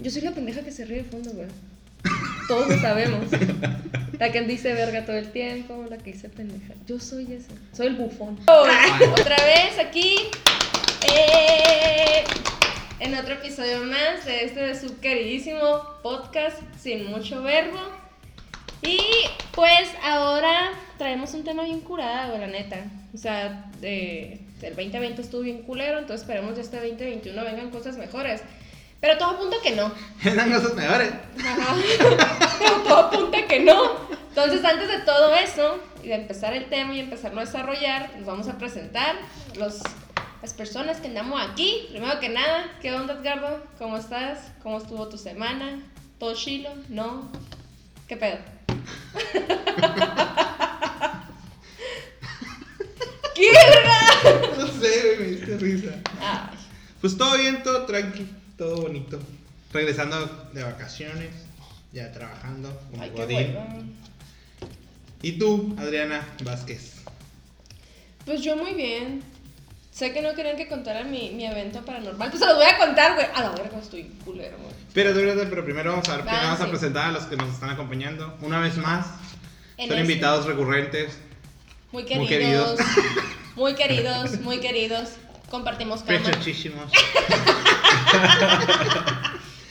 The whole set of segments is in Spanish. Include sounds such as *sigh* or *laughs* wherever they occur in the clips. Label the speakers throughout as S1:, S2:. S1: Yo soy la pendeja que se ríe de fondo, güey. Todos lo sabemos. La que dice verga todo el tiempo, la que dice pendeja. Yo soy esa. Soy el bufón. Otra vez aquí. eh, en otro episodio más de este de su queridísimo podcast Sin Mucho Verbo. Y pues ahora traemos un tema bien curado, güey, la neta. O sea, de- el 2020 estuvo bien culero, entonces esperemos que este 2021 vengan cosas mejores. Pero todo apunta que no.
S2: Eran cosas mejores.
S1: *laughs* Ajá. Pero todo apunta que no. Entonces, antes de todo eso, y de empezar el tema y empezarlo a desarrollar, nos vamos a presentar los, las personas que andamos aquí. Primero que nada, ¿qué onda, Edgardo? ¿Cómo estás? ¿Cómo estuvo tu semana? ¿Todo chilo? ¿No? ¿Qué *laughs* pedo? ¿Qué verdad?
S2: *laughs* No sé, güey, me diste risa.
S1: Ay,
S2: Pues todo bien, todo tranqui, todo bonito. Regresando de vacaciones, ya trabajando como
S1: ay, qué
S2: Godín.
S1: hueva.
S2: Y tú, Adriana Vázquez.
S1: Pues yo muy bien. Sé que no querían que contara mi, mi evento paranormal. Pues se los voy a contar, güey. A la verga, estoy culero, güey.
S2: Pero, espérate, pero primero vamos a ver, primero
S1: Ah,
S2: vamos a
S1: sí.
S2: presentar a los que nos están acompañando. Una vez más,
S1: En
S2: son
S1: este-
S2: invitados recurrentes.
S1: Muy
S2: muy
S1: queridos. *laughs* Muy queridos, muy queridos. Compartimos cama.
S2: Pechachísimos.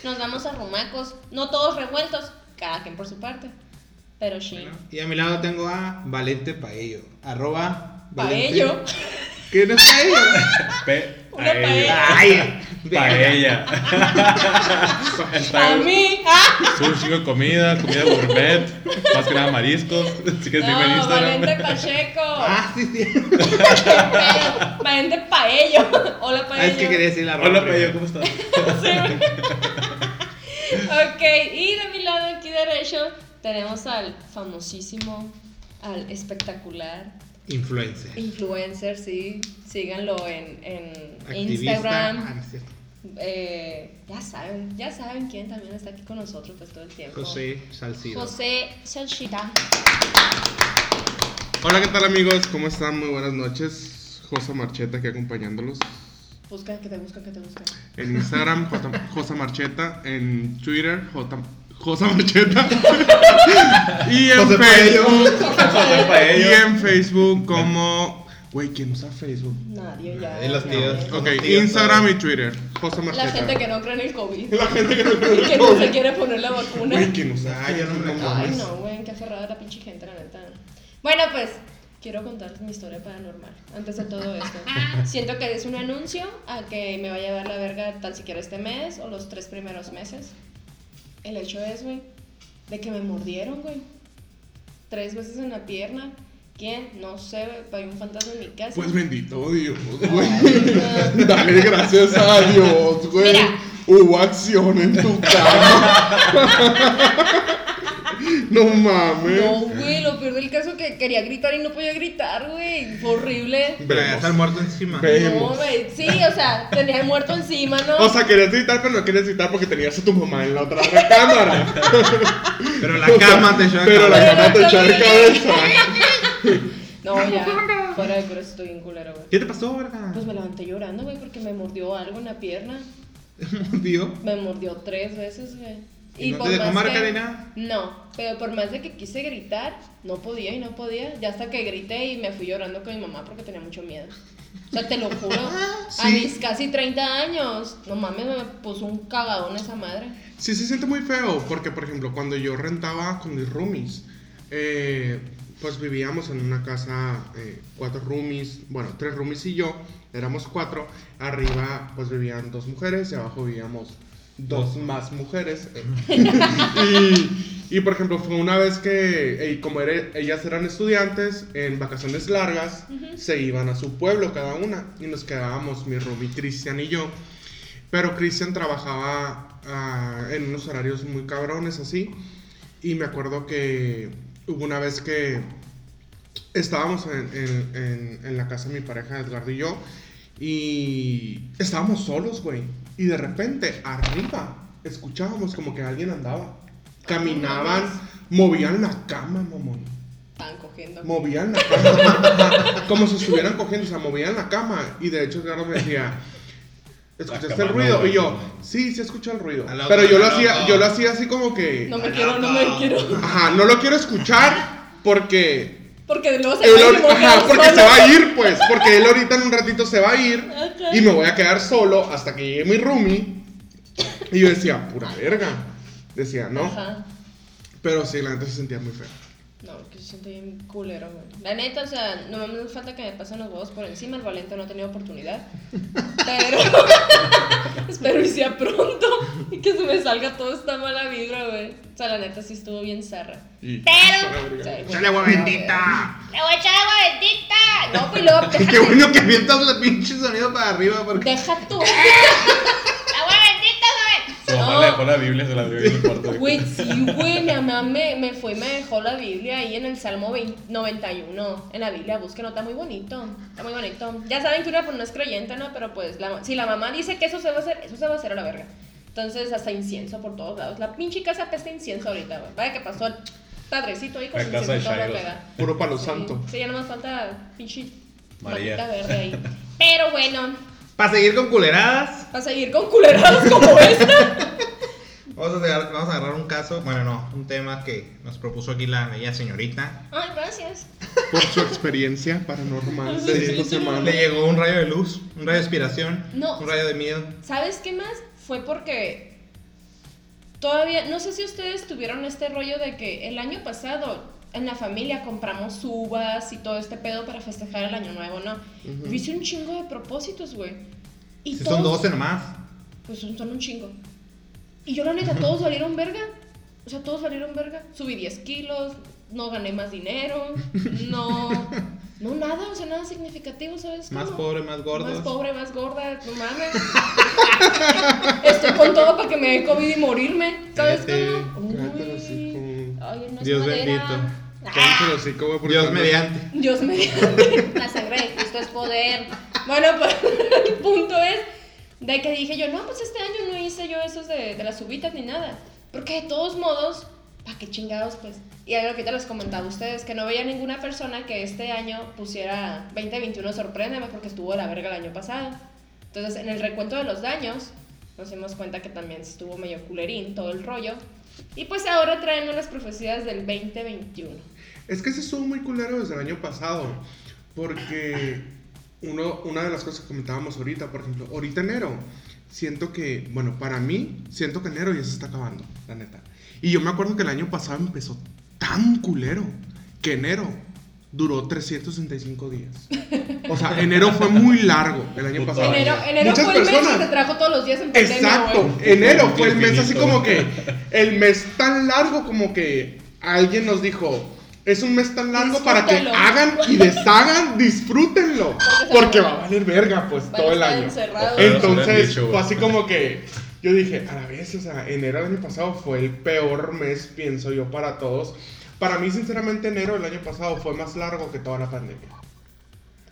S1: Nos vamos a rumacos. No todos revueltos, cada quien por su parte. Pero sí.
S2: Bueno, y a mi lado tengo a Valente Paello. Arroba Valente-
S1: Paello.
S2: ¿Qué no es Paello?
S3: Pe-
S1: Una
S3: a ella.
S2: Ay,
S3: Para ella.
S1: A
S2: *laughs*
S1: mí. ¡Ah!
S3: Sushi con comida, comida gourmet, más que nada mariscos. Así que sígueme en
S1: No, Ah,
S3: Instagram.
S1: Valente Pacheco.
S2: *laughs* Ah, sí, sí.
S1: Pero, *laughs* Valente Paello. *laughs* Hola, Paello.
S2: Ah, es que quería decir la
S3: Hola, Pello, ¿cómo estás?
S1: Ok, y de mi lado aquí derecho tenemos al famosísimo, al espectacular
S2: Influencer.
S1: influencer, sí, síganlo en, en
S2: Activista. Ah,
S1: Instagram.
S2: no es cierto.
S1: Eh, ya saben, ya saben quién también está aquí con nosotros pues todo el tiempo.
S2: José Salcido.
S1: José Salchita.
S4: Hola, ¿qué tal amigos? ¿Cómo están? Muy buenas noches. Josa Marcheta aquí acompañándolos.
S1: Busca, que te busca, que te busca.
S4: En Instagram, *laughs* J- Josa Marcheta. En Twitter, J- Josa Marcheta. *laughs* y, en
S2: José
S4: Facebook,
S3: José
S4: y
S3: Paello.
S4: en Facebook como... Güey, ¿quién usa Facebook?
S1: Nadie ya.
S2: De los tíos.
S4: Ok,
S2: Como tío,
S4: Instagram
S2: todo.
S4: y Twitter. Josa Marcheta.
S1: La gente que no cree en el COVID.
S4: La gente que no
S1: Y *laughs* que no se quiere poner la vacuna.
S4: Güey, ¿quién usa
S2: Ay, yo no
S4: Facebook?
S2: me-
S1: Ay,
S4: mames.
S1: no, güey, qué aferrada la pinche gente, la neta. Bueno, pues, quiero contarles mi historia paranormal. Antes de todo esto, siento que es un anuncio a que me va a llevar la verga tan siquiera este mes o los tres primeros meses. El hecho es, güey, de que me mordieron, güey. Tres veces en la pierna. ¿Quién? No sé, güey, pero hay un fantasma en mi casa.
S4: Pues
S1: *laughs*
S4: bendito Dios, güey. *laughs* Dale gracias a Dios, güey.
S1: Mira.
S4: Hubo acción en tu cama.
S1: *laughs*
S4: no *laughs* mames.
S1: No, güey, lo peor del caso que quería gritar y no podía gritar, güey. Fue Horrible.
S2: Pero ya está el
S4: Vemos.
S2: muerto encima.
S4: Ve-
S1: No,
S4: Vemos.
S1: güey, sí, o sea, tenía el muerto encima, ¿no?
S4: O sea, querías gritar, pero no querías gritar porque tenías a tu mamá en la otra recámara.
S2: Pero la cama te echó a
S4: Pero la
S2: acabar.
S4: cama te echó de cabeza.
S1: *laughs* No, ya. Fuera de culo, estoy bien culero, güey.
S2: ¿Qué te pasó, verga? *laughs*
S1: Pues me levanté llorando, güey, porque me mordió algo en la pierna.
S2: Dios.
S1: Me mordió tres veces, güey.
S2: ¿Y no te dejó marca ni nada?
S1: No, pero por más de que quise gritar, no podía y no podía. Ya hasta que grité y me fui llorando con mi mamá porque tenía mucho miedo. O sea, te lo juro, a
S4: Sí.
S1: mis casi 30 años, no mames, me puso un cagadón esa madre.
S4: Sí, se siente muy feo, porque por ejemplo, cuando yo rentaba con mis roomies, eh, pues vivíamos en una casa, eh, cuatro roomies, bueno, tres roomies y yo, éramos cuatro, arriba pues vivían dos mujeres y abajo vivíamos dos más mujeres. eh. y, y, por ejemplo, fue una vez que, eh, como era- ellas eran estudiantes, en vacaciones largas, se iban a su pueblo cada una y nos quedábamos, mi roomie Cristian y yo. Pero Cristian trabajaba ah, en unos horarios muy cabrones así. Y me acuerdo que hubo una vez que estábamos en, en- en- en la casa de mi pareja, Edgardo y yo. Y estábamos solos, güey. Y de repente, arriba, escuchábamos como que alguien andaba. Caminaban, movían la cama, mamón.
S1: Estaban cogiendo.
S4: Movían la cama. como si estuvieran cogiendo, o sea, movían la cama. Y de hecho, Edgardo me decía, ¿Escuchaste
S3: La
S4: el
S3: cama,
S4: ruido?
S3: güey.
S4: Y yo, sí, sí escuché el ruido.
S2: A la
S4: Pero
S2: otra,
S4: yo lo
S2: a la
S4: hacía,
S2: otra.
S4: yo lo hacía así como que.
S1: No me quiero, no me quiero.
S4: Ajá, Ah, no lo quiero escuchar porque.
S1: Porque luego se
S4: él
S1: va a
S4: ahorita-
S1: mojar
S4: ajá, porque
S1: solo.
S4: se va a ir, pues. Porque él ahorita en un ratito se va a ir.
S1: Ajá.
S4: Y me voy a quedar solo hasta que llegue mi roomie. Y yo decía, pura verga. Decía, no.
S1: Ajá.
S4: Pero sí, la neta se sentía muy feo.
S1: No, que se siente bien culero, güey. La neta, o sea, no me hace falta que me pasen los huevos por encima. El valiente no ha tenido oportunidad. Pero. *laughs* espero y sea pronto. Y que se me salga toda esta mala vibra, güey. O sea, la neta sí estuvo bien zarra.
S4: Y-
S1: Pero.
S2: ¡Sale agua bendita!
S1: ¡Le voy a echar agua bendita! No, pues luego.
S2: Y
S1: deja-
S2: qué bueno que avientas el pinche sonido para arriba porque.
S1: Deja tú. ¡Agua
S3: Su
S1: bendita,
S3: mamá le dejó la Biblia, se la dio en el cuarto.
S1: *laughs* Güey, sí, güey, mi mamá me, me fue y me dejó la Biblia ahí en el Salmo 20 91, en la Biblia, búsquenlo, está muy bonito, está muy bonito. Ya saben que una pues, no es creyente, ¿no? Pero pues, la- si la mamá dice que eso se va a hacer, eso se va a hacer a la verga. Entonces, hasta incienso por todos lados. La pinche casa apesta a incienso ahorita, güey. Vaya que pasó el padrecito ahí con
S3: La
S1: el
S3: casa de
S1: incienso todo lo
S3: Shiloh.
S1: pega.
S4: Puro palo
S1: Sí,
S4: santo.
S1: Sí, ya nomás falta pinche
S3: María.
S1: matita verde ahí. Pero bueno,
S2: Para seguir con culeradas,
S1: para seguir con culeradas *laughs* como esta.
S2: vamos a, agarrar, vamos a agarrar un caso, bueno, no, un tema que nos propuso aquí la bella señorita.
S1: Ay, gracias.
S4: Por su experiencia paranormal
S1: Sí,
S4: de esta
S1: sí,
S2: Le
S4: semana.
S2: llegó un rayo de luz, un rayo de inspiración,
S1: No.
S2: un rayo de miedo.
S1: ¿Sabes qué más? Fue porque todavía, no sé si ustedes tuvieron este rollo de que el año pasado en la familia compramos uvas y todo este pedo para festejar el año nuevo, ¿no? Yo hice un chingo de propósitos, güey. Y
S2: Si
S1: todos,
S2: son 12 nomás.
S1: pues son, son un chingo. Y yo la neta, todos valieron verga. O sea, todos valieron verga. Subí 10 kilos, no gané más dinero, no... No, nada, o sea, nada significativo, ¿sabes?
S2: Más
S1: cómo?
S2: pobre, más gordos.
S1: Más pobre, más gorda, no mames. *laughs* Estoy con todo para que me dé COVID y morirme. ¿Sabes
S2: Cállate,
S1: cómo?
S4: cállate el
S1: Uy.
S4: hocico.
S1: Ay, no es
S2: Dios
S1: madera.
S2: bendito.
S1: Ah,
S4: Cállate el hocico, güey, porque
S2: Dios
S4: andas-
S2: mediante.
S1: Dios me La sangre de Cristo es poder. Bueno, pues *laughs* el punto es de que dije yo, no, pues este año no hice yo esos de, de las uvitas ni nada. Porque de todos modos, ¿para qué chingados? Pues. Y algo que te les comentaba a ustedes, que no veía ninguna persona que este año pusiera 2021 sorpréndeme porque estuvo de la verga el año pasado. Entonces, en el recuento de los daños, nos dimos cuenta que también estuvo medio culerín todo el rollo. Y pues ahora traen unas profecías del 2021.
S4: Es que se estuvo muy culero desde el año pasado. Porque uno, una de las cosas que comentábamos ahorita, por ejemplo, ahorita enero, siento que, bueno, para mí, siento que enero ya se está acabando, la neta. Y yo me acuerdo que el año pasado empezó tan culero que enero duró 365 días. O sea, enero fue muy largo el año
S3: Puta
S4: pasado.
S1: Enero, enero
S4: Muchas
S1: fue el mes que
S4: personas-
S1: te trajo todos los días en pandemia,
S4: Exacto,
S1: güey.
S4: enero fue el mes
S3: Infinito.
S4: así como que el mes tan largo como que alguien nos dijo, es un mes tan largo para que
S1: Disfrútalo.
S4: hagan y deshagan, disfrútenlo,
S1: Porque se
S4: porque
S1: van a-
S4: va a valer verga pues
S1: van a
S4: todo el
S1: estar
S4: año.
S1: encerrados.
S3: Pero se lo han
S4: Entonces,
S3: dicho,
S4: fue
S3: güey.
S4: así como que yo dije, a la vez, o sea, enero del año pasado fue el peor mes, pienso yo, para todos. Para mí, sinceramente, enero del año pasado fue más largo que toda la pandemia.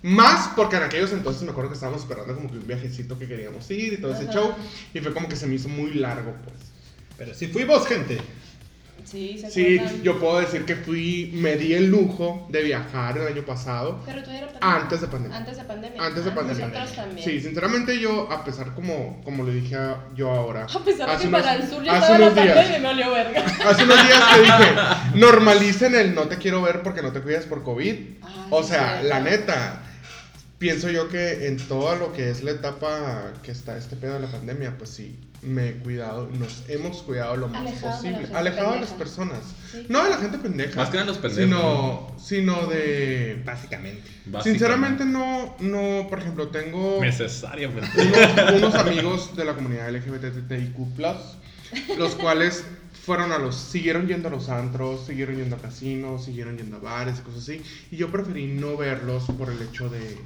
S4: Más porque en aquellos entonces me acuerdo que estábamos esperando como que un viajecito que queríamos ir y todo ese
S1: Ajá.
S4: show. Y fue como que se me hizo muy largo, pues.
S2: Pero sí fuimos, gente.
S1: Sí, se
S4: Sí,
S1: acuerdan.
S4: yo puedo decir que fui, me di el lujo de viajar el año pasado.
S1: Pero tú eras pandemia.
S4: Antes de pandemia.
S1: Antes de pandemia.
S4: Antes de
S1: Ah,
S4: pandemia.
S1: Nosotros también.
S4: Sí, sinceramente yo, a pesar como, como le dije a- yo ahora.
S1: *laughs* *laughs* A pesar de
S4: hace
S1: que
S4: unos-
S1: para el sur ya
S4: hace
S1: estaba la
S4: unos días,
S1: pandemia, me olió verga.
S4: Hace unos días te
S1: *laughs*
S4: dije, normalicen el no te quiero ver porque no te cuidas por COVID.
S1: Ah,
S4: o
S1: sí,
S4: sea,
S1: cierto.
S4: la neta, pienso yo que en todo lo que es la etapa que está este pedo de la pandemia, pues sí, me he cuidado, nos hemos cuidado lo más
S1: Alejado de la
S4: posible.
S1: gente
S4: alejado de las
S1: pendeja.
S4: personas.
S1: Sí.
S4: No de la gente pendeja.
S3: Más que nada los pendejos,
S4: Sino, Pues sino de...
S2: Básicamente.
S3: Básicamente.
S4: Sinceramente no, no, por ejemplo, tengo
S3: Necesariamente.
S4: unos, unos amigos de la comunidad LGBTIQ+, los cuales fueron a los, siguieron yendo a los antros, siguieron yendo a casinos, siguieron yendo a bares y cosas así, y yo preferí no verlos por el hecho de,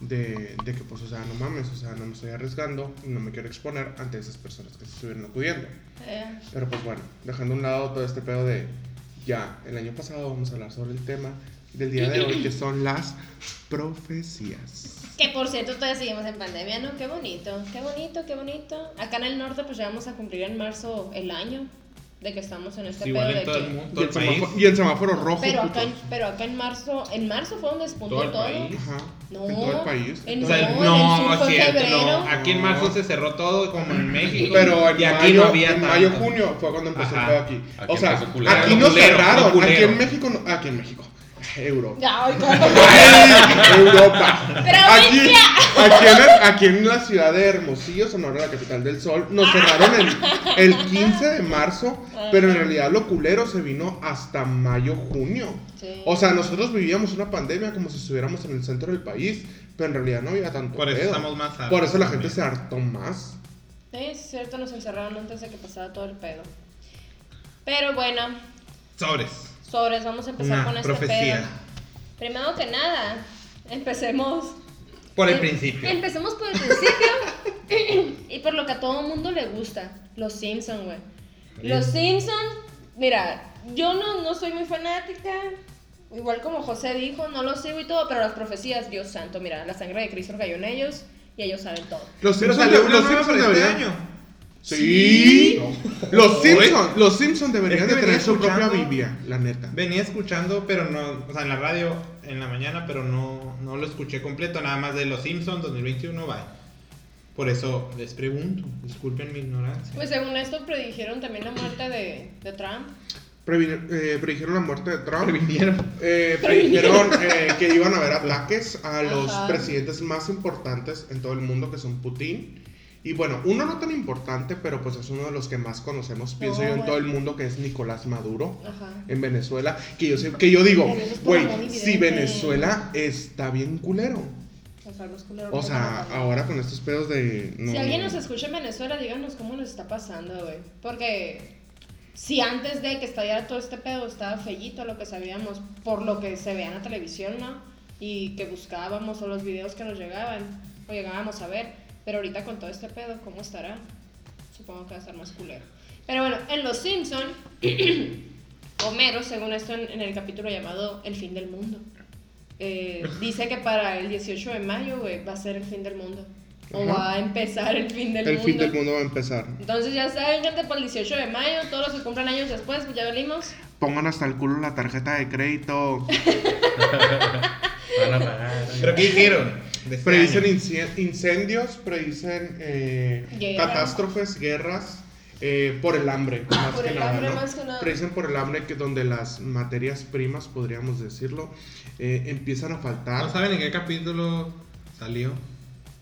S4: de, de que, pues, o sea, no mames, o sea, no me estoy arriesgando, no me quiero exponer ante esas personas que se estuvieron acudiendo.
S1: Eh,
S4: Pero pues bueno, dejando a un lado todo este pedo de ya, el año pasado vamos a hablar sobre el tema del día de hoy, que son las profecías.
S1: que por cierto, todavía seguimos en pandemia, ¿no? Qué bonito, qué bonito, qué bonito. Acá en el norte, pues ya vamos a cumplir en marzo el año. de que estamos en este
S2: Sí,
S1: pedo
S2: igual
S1: de
S2: en todo
S1: que-
S2: el mundo,
S4: Y
S2: todo
S4: el,
S2: el país.
S4: semáforo, y el semáforo rojo.
S1: Pero acá, en,
S4: putos.
S1: pero acá en marzo, en marzo fue donde despuntó
S2: Todo
S1: todo.
S2: el país.
S4: Ajá.
S1: No,
S4: En todo el país.
S1: en-
S2: O sea,
S1: No, en el
S2: no,
S1: sur fue
S2: cierto,
S1: febrero.
S2: no. Aquí en marzo se cerró todo como en México.
S4: Pero en
S2: y aquí
S4: mayo,
S2: no había
S4: en
S2: tanto.
S4: mayo, junio fue cuando empezó
S2: Ajá.
S4: el pedo aquí.
S3: Aquí
S4: O sea,
S3: empezó culero.
S4: aquí no
S2: Culero,
S4: cerraron.
S2: culero.
S4: Aquí en México no. Aquí en México. Euro.
S1: Ya, ay,
S2: *laughs*
S1: cómo.
S4: ¡Ay! Europa. Aquí,
S1: Provincia.
S4: aquí, en, el- aquí en la ciudad de Hermosillo, Sonora, la capital del sol, nos cerraron el, el 15 de marzo, pero en realidad lo culero se vino hasta mayo, junio.
S1: Sí.
S4: O sea, nosotros vivíamos una pandemia como si estuviéramos en el centro del país, pero en realidad no había tanto
S2: Por eso
S4: pedo.
S2: estamos más
S4: Por eso la gente se hartó más.
S1: Sí, es cierto, nos encerraron antes de que pasara todo el pedo. Pero bueno,
S2: Sobres.
S1: sobres, vamos a empezar
S2: Una
S1: con este
S2: profecía.
S1: pedo. Primero que nada, empecemos.
S2: Por el
S1: em-
S2: principio.
S1: Empecemos por el principio y por lo que a todo mundo le gusta, los Simpsons, güey. Los Simpsons, mira, yo no, no soy muy fanática, igual como José dijo, no lo sigo y todo, pero las profecías, Dios santo, mira, la sangre de Cristo cayó en ellos y ellos saben todo.
S4: Los
S2: Pero
S4: Simpsons
S2: salió una
S4: los
S2: nueva
S4: Simpsons
S2: para este
S4: deberían-
S2: año.
S4: Sí. Los
S2: Oye.
S4: Simpsons, los Simpsons deberían
S2: Es que
S4: de tener
S2: venía
S4: su propia
S2: escuchando-
S4: Biblia, la neta.
S2: Venía escuchando, pero no, o sea, en la radio en la mañana, pero no, no lo escuché completo, nada más de Los Simpsons 2021, bye. Por eso les pregunto, disculpen mi ignorancia.
S1: Pues según esto predijeron también la muerte de, de Trump.
S4: Previ- eh, predijeron la muerte de Trump.
S2: Previvieron.
S4: Eh, predijeron eh, que iban a haber ataques a los
S1: Ajá.
S4: presidentes más importantes en todo el mundo, que son Putin. Y bueno, uno no tan importante, pero pues es uno de los que más conocemos, pienso
S1: No,
S4: yo, en
S1: güey.
S4: todo el mundo, que es Nicolás Maduro.
S1: Ajá.
S4: En Venezuela, que yo, sé, que yo digo,
S1: Pero eso es
S4: güey,
S1: para muy
S4: si
S1: evidente.
S4: Venezuela está bien culero.
S1: O sea, los culeros
S4: O
S1: no
S4: sea,
S1: matan.
S4: ahora con estos pedos de. no-
S1: Si alguien nos escucha en Venezuela, díganos cómo nos está pasando, güey. Porque si antes de que estallara todo este pedo estaba fellito lo que sabíamos, por lo que se veía en la televisión, ¿no? Y que buscábamos o los videos que nos llegaban o llegábamos a ver. Pero ahorita con todo este pedo, ¿cómo estará? Supongo que va a estar más culero. Pero bueno, en Los Simpson, *clears throat* Homero, según esto en, en el capítulo llamado El fin del mundo,
S4: *laughs*
S1: eh, dice que para el 18 de mayo güey, va a ser el fin del mundo. O
S4: Ajá.
S1: va a empezar el fin del
S4: el
S1: mundo.
S4: fin del mundo va a empezar.
S1: Entonces ya saben, gente, para el 18 de mayo, todos los que cumplan años después, pues ya venimos.
S4: Pongan hasta el culo la tarjeta de crédito.
S3: Van a pagar.
S2: ¿Pero qué hicieron? de este
S4: Predicen
S2: año?
S4: inci- incendios, predicen eh,
S1: Guerra.
S4: catástrofes, guerras, eh, por
S1: *coughs*
S4: el hambre, más
S1: Por
S4: que
S1: el
S4: nada.
S1: hambre,
S4: ¿no?
S1: más que nada.
S4: Predicen por el hambre, que donde las materias primas, podríamos decirlo, eh, empiezan a faltar.
S2: ¿No saben en qué capítulo salió?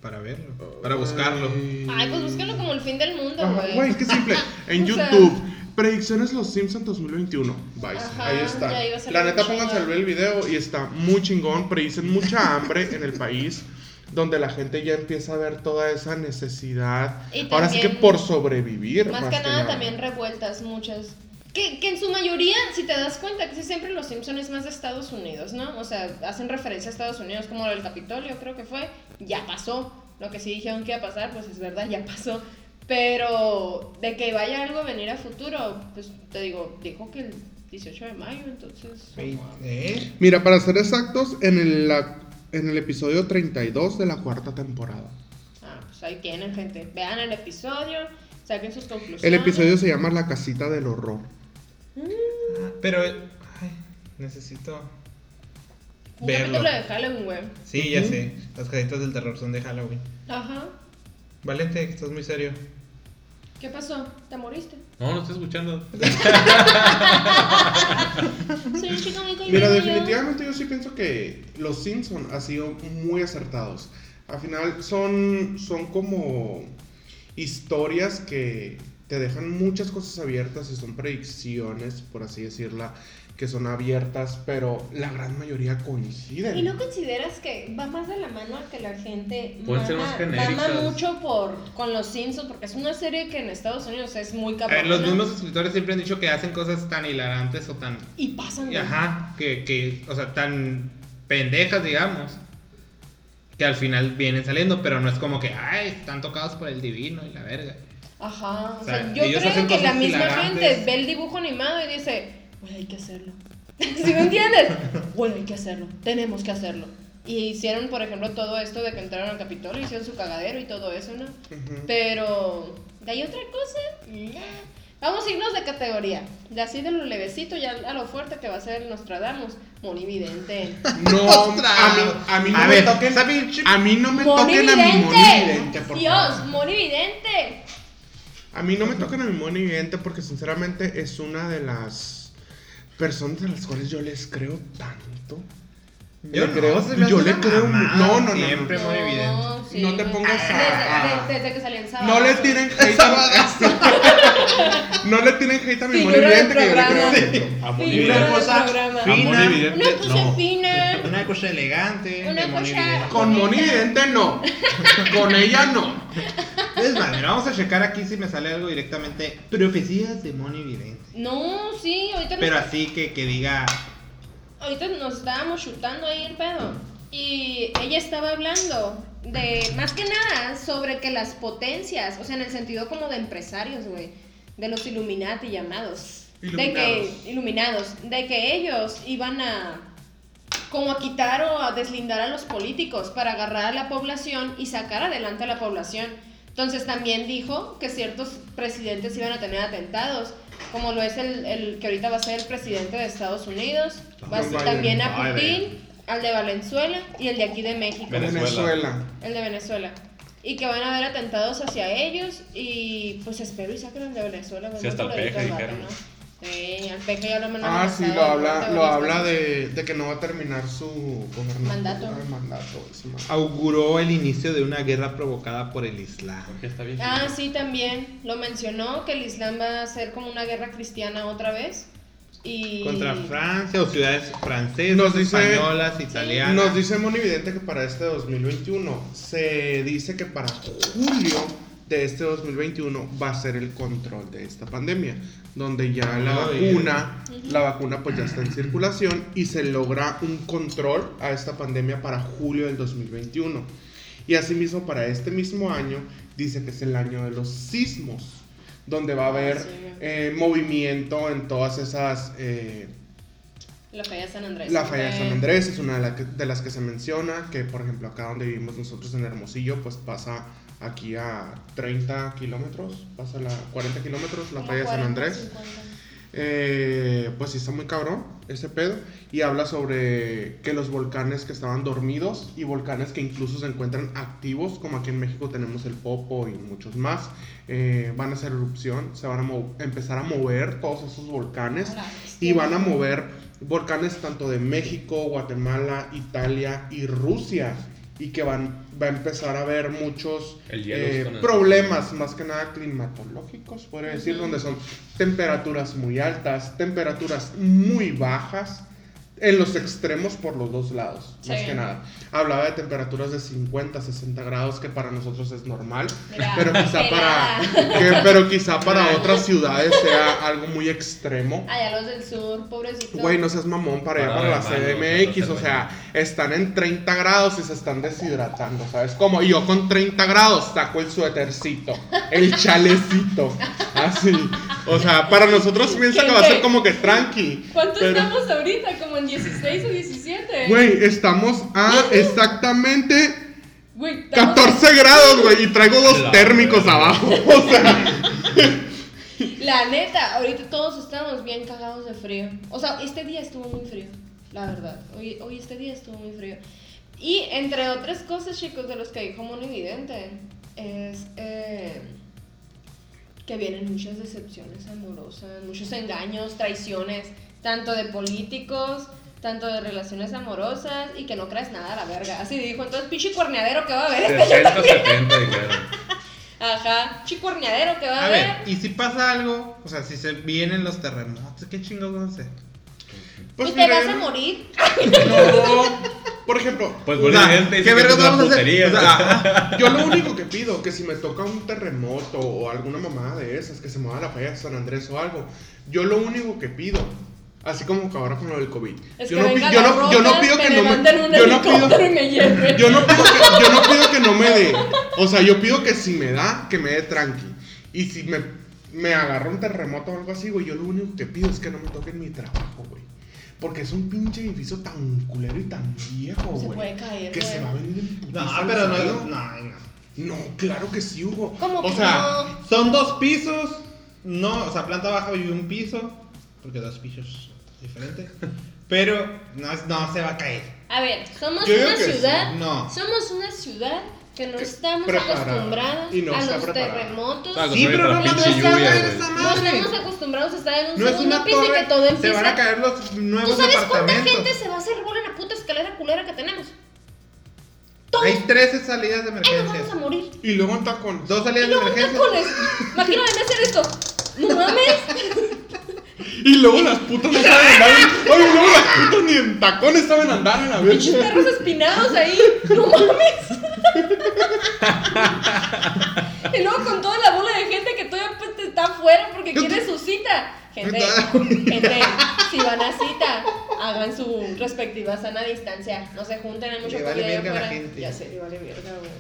S2: Para verlo, para buscarlo.
S4: Ay.
S1: Ay, pues búsquenlo como el fin del mundo,
S4: Ajá,
S1: güey.
S4: Güey,
S1: *laughs*
S4: qué simple. En
S1: O sea-
S4: YouTube, predicciones Los Simpsons 2021. Vais,
S1: Ajá, ya
S4: ahí
S1: iba a
S4: está.
S1: salir
S4: La neta,
S1: un
S4: pónganse a
S1: chingón.
S4: ver el video y está muy chingón. Predicen mucha hambre en el país, donde la gente ya empieza a ver toda esa necesidad.
S1: Y
S4: Ahora sí que
S1: también-
S4: por sobrevivir.
S1: Más que nada también revueltas muchas. Que, que en su mayoría, si te das cuenta, casi siempre los Simpsons es más de Estados Unidos, ¿no? O sea, hacen referencia a Estados Unidos como el Capitolio, creo que fue. Ya pasó. Lo que sí dijeron que iba a pasar, pues es verdad, ya pasó. Pero de que vaya algo a venir a futuro, pues te digo, dijo que el 18 de mayo, entonces...
S2: ¿Eh?
S4: Mira, para ser exactos, en el, la- en el episodio 32 de la cuarta temporada.
S1: Ah, pues ahí tienen, gente. Vean el episodio, saquen sus conclusiones.
S4: El episodio se llama La casita del horror.
S2: Ah, Pero ay, necesito
S1: Un
S2: verlo.
S1: capítulo de Halloween, güey.
S2: Sí, ya
S4: Ujú.
S2: sé. Las caritas del terror son de Halloween.
S1: Ajá.
S2: Valente, que estás muy serio.
S1: ¿Qué pasó? ¿Te moriste?
S3: No, no estoy escuchando.
S1: Soy un chico muy cohibido,
S4: Mira,
S1: yo.
S4: definitivamente yo sí pienso que los Simpson han sido muy acertados. Al final son, son como historias que te dejan muchas cosas abiertas y son predicciones, por así decirla, que son abiertas, pero la gran mayoría coinciden.
S1: ¿Y no consideras que va más de la mano a que la gente
S3: Pueden ser más genéricas.
S1: mama mucho por, con los Simpsons? Porque es una serie que en Estados Unidos es muy
S3: Eh,
S2: A
S1: capaz.
S2: ver, los mismos escritores siempre han dicho que hacen cosas tan hilarantes o tan
S1: Y pasan.
S2: Y
S1: güey.
S2: Ajá, que, que, o sea, tan pendejas, digamos, que al final vienen saliendo, pero no es como que, ay, están tocados por el divino y la verga.
S1: Ajá. O,
S2: O
S1: sea,
S2: sea,
S1: yo
S2: ellos
S1: creo
S2: hacen
S1: que la
S2: cosas
S1: misma
S2: hilarantes.
S1: gente ve el dibujo animado y dice, güey, hay que hacerlo. *laughs* ¿Sí me entiendes? Güey, hay que hacerlo. Tenemos que hacerlo. Y hicieron, por ejemplo, todo esto de que entraron al Capitolio, hicieron su cagadero y todo eso, ¿no?
S4: Ujú.
S1: Pero, ¿hay otra cosa? Nah. Vamos a irnos de categoría. De así de lo levecito, ya a lo fuerte que va a ser el Nostradamus. Monividente.
S4: No, a mí, a mí no
S2: A
S4: me
S2: ver,
S4: toquen.
S2: esa pinche-
S4: A mí *laughs* no me toquen a mi monividente,
S1: ¡Monividente!
S4: por
S1: Dios,
S4: favor.
S1: monividente.
S4: A mí no me toquen a mi monividente porque sinceramente es una de las personas a las cuales yo les creo tanto.
S2: Yo
S4: le
S2: no,
S4: creo,
S2: se me hace
S4: yo le
S2: una
S4: creo. mu-
S2: mamada,
S4: No, no, no, no.
S2: siempre. Hombre monividente.
S1: sí,
S4: No te
S1: güey.
S4: pongas a-
S1: Desde, de- desde que salían en sábado.
S4: No le tiren hate
S2: *laughs*
S4: a No le tienen hate a mi
S1: Figura del
S4: monividente que yo le creo
S1: programa.
S3: A
S4: mucho.
S1: Sí,
S2: Una
S1: claro.
S3: Bolivia.
S2: cosa
S1: programa.
S3: Amor
S2: fina,
S3: evidente.
S1: Una cosa
S3: No.
S1: fina.
S2: una cosa elegante,
S1: Una
S2: de
S1: cosa-
S2: monividente.
S4: Con monividente no. Con ella no.
S2: Es más, mira, vamos a checar aquí si me sale algo directamente. Profecías de monividente.
S1: No, sí, ahorita nos,
S2: Pero así que, que diga.
S1: ahorita nos estábamos chutando ahí el pedo. Y ella estaba hablando de, más que nada, sobre que las potencias, o sea, en el sentido como de empresarios, güey, de los Illuminati llamados. De
S4: Iluminados.
S1: que, iluminados, de que ellos iban a como a quitar o a deslindar a los políticos para agarrar a la población y sacar adelante a la población. Entonces también dijo que ciertos presidentes iban a tener atentados, como lo es el, el que ahorita va a ser el presidente de Estados Unidos, va a ser
S4: Biden.
S1: también a
S3: Biden.
S1: Putin, al de Valenzuela y el de aquí de México,
S3: Venezuela.
S4: Venezuela.
S1: el de Venezuela. Y que van a haber atentados hacia ellos y pues espero y saquen al de Venezuela. güey,
S3: Sí, hasta
S1: por
S3: el
S1: ahí
S3: peje
S1: todo el vato,
S3: dijeron.
S1: ¿no? Sí, al peje ya lo han
S4: Ah, sí, lo
S1: amenazado,
S4: habla,
S1: ¿no?
S4: lo habla de, de que no va a terminar su gobernatura,
S1: Mandato.
S4: el mandato, esa madre.
S2: Auguró el inicio de una guerra provocada por el Islam.
S3: Porque está bien.
S1: Ah, sí, también. Lo mencionó que el Islam va a ser como una guerra cristiana otra vez. Y...
S2: Contra Francia o ciudades francesas,
S4: Nos dice-
S2: españolas, italianas.
S4: Nos dice Monividente que para este 2021 se dice que para julio de este 2021 va a ser el control de esta pandemia, donde ya la
S2: Ay.
S4: vacuna, la vacuna pues ya está en circulación y se logra un control a esta pandemia para julio del 2021. Y asimismo para este mismo año dice que es el año de los sismos, donde va a haber
S1: Sí.
S4: eh, movimiento en todas esas eh,
S1: La falla de San Andrés.
S4: la falla de San
S1: Eh,
S4: Andrés es una de, la que- de las que se menciona, que por ejemplo acá donde vivimos nosotros en Hermosillo, pues pasa aquí a 30 kilómetros, pasa la 40 kilómetros la
S1: como
S4: falla de San
S1: 40,
S4: Andrés.
S1: 50.
S4: Eh, pues sí está muy cabrón ese pedo y habla sobre que los volcanes que estaban dormidos y volcanes que incluso se encuentran activos, como aquí en México tenemos el Popo y muchos más, eh, van a hacer erupción, se van a mo- empezar a mover todos esos volcanes
S1: Ahora,
S4: y van a mover volcanes tanto de México, Guatemala, Italia y Rusia y que van va a empezar a haber muchos
S3: El hielo
S4: eh,
S3: está en el-
S4: problemas más que nada climatológicos podría decir
S1: Ujú.
S4: donde son temperaturas muy altas temperaturas muy bajas en los extremos por los dos lados más
S1: Sí.
S4: que nada hablaba de temperaturas de 50 60 grados que para nosotros es normal
S1: Mira,
S4: pero quizá para
S1: pelada.
S4: que- pero quizá para otras ciudades sea algo muy extremo
S1: Allá los del sur, pobrecito.
S4: Güey, no seas mamón para allá,
S3: Parada
S4: para la
S3: de manos,
S4: CDMX. O
S3: nosotros
S4: sea, están en 30 grados y se están deshidratando, ¿sabes cómo? Y yo con 30 grados saco el suétercito, el chalecito, así. O sea, para nosotros piensa que va a ser como que tranqui.
S1: ¿Cuánto
S4: pero-
S1: estamos ahorita? ¿Como en 16 o 17?
S4: Güey, estamos a exactamente
S1: Güey, estamos-
S4: 14 grados, güey, y traigo dos
S3: La
S4: térmicos
S3: verga.
S4: abajo. *laughs* O sea,
S1: La neta, ahorita todos estamos bien cagados de frío. O sea, este día estuvo muy frío, la verdad. Hoy, hoy este día estuvo muy frío. Y entre otras cosas, chicos, de los que dijo Monividente, es eh, que vienen muchas decepciones amorosas, muchos engaños, traiciones, tanto de políticos, tanto de relaciones amorosas, y que no creas nada a la verga. Así dijo, entonces pinche cuerneadero que va a haber este
S3: 60, 70 dijeron.
S1: Ajá, chicuerneadero que va a,
S2: A
S1: haber.
S2: ver, pues y si pasa algo, o sea, si se vienen los terremotos, ¿qué chingados van a hacer?
S1: Pues,
S4: pues
S1: te
S4: miren,
S1: vas a morir.
S4: No. Por ejemplo,
S3: Pues
S2: O sea,
S3: Bolivia dice
S2: ¿qué
S3: que es
S2: vergas
S3: una
S2: vamos a hacer?
S3: putería.
S2: O sea,
S3: *laughs*
S2: ajá.
S4: Yo lo único que pido, que si me toca un terremoto o alguna mamada de esas, que se mueva la falla de San Andrés o algo, yo lo único que pido, así como que ahora con lo del COVID,
S1: Es
S4: yo,
S1: que
S4: no, pi-
S1: venga
S4: yo
S1: la
S4: no- yo no
S1: roca,
S4: pido
S1: me
S4: que no
S1: levanten un
S4: me, yo no
S1: helicóptero
S4: pido,
S1: y me lleven.
S4: yo no pido que, yo no pido que no me dé, o sea, yo pido que si me da, que me dé tranqui, y si me, me agarra un terremoto o algo así, güey, yo lo único que pido es que no me toquen mi trabajo, güey. Porque es un pinche edificio tan culero y tan viejo,
S1: Se
S4: güey.
S1: puede caer,
S4: Que
S1: güey.
S4: se va a venir en
S2: No,
S4: putiza al
S2: pero no,
S4: suelo.
S2: no, no.
S4: No, claro que sí, Hugo.
S1: ¿Cómo
S4: o
S1: que
S4: sea,
S1: no?
S2: Son dos pisos, No, o sea, planta baja vive un piso, porque dos pisos diferentes. Pero no, es- no se va a caer.
S1: A ver, somos
S2: Yo digo
S1: una
S2: que sí,
S1: ciudad.
S2: no.
S1: Somos una ciudad que no estamos
S4: preparada,
S1: acostumbrados
S4: y no
S1: a
S4: está
S1: los
S4: preparada.
S1: terremotos.
S3: Está
S2: Sí, pero no
S3: Para
S2: lo
S3: pinche
S2: está
S3: lluvia,
S2: madre,
S3: güey.
S2: esa
S1: No
S2: madre.
S1: estamos acostumbrados a estar en un
S2: No es
S1: segundo
S2: una
S1: piso y
S2: torre.
S1: que todo
S2: Se van a
S1: empieza.
S2: caer los
S1: ¿Tú
S2: nuevos
S1: sabes cuánta
S2: apartamentos.
S1: gente se va a hacer bola en la puta escalera culera que tenemos? Todos.
S2: Hay 13 salidas de
S1: Ay, nos vamos a
S2: emergencias.
S1: morir.
S4: Y luego en tacones.
S2: Dos
S1: Y
S2: salidas de
S1: luego en
S2: emergencia.
S1: tacones. Imagínate hacer esto. No mames.
S4: Y luego las putas no saben andar. en- Oye, luego las putas ni en tacones saben andar en la
S1: Pinches
S4: verga.
S1: perros espinados ahí. No mames. y luego con toda la bola de gente que todavía pues, está afuera porque quiere su cita. Gente, gente, si van a cita, hagan su respectiva sana distancia. No se junten, hay mucho
S2: Le vale
S1: COVID allá
S2: verga a la
S1: afuera.
S2: gente.
S1: Ya sé, le vale verga, güey.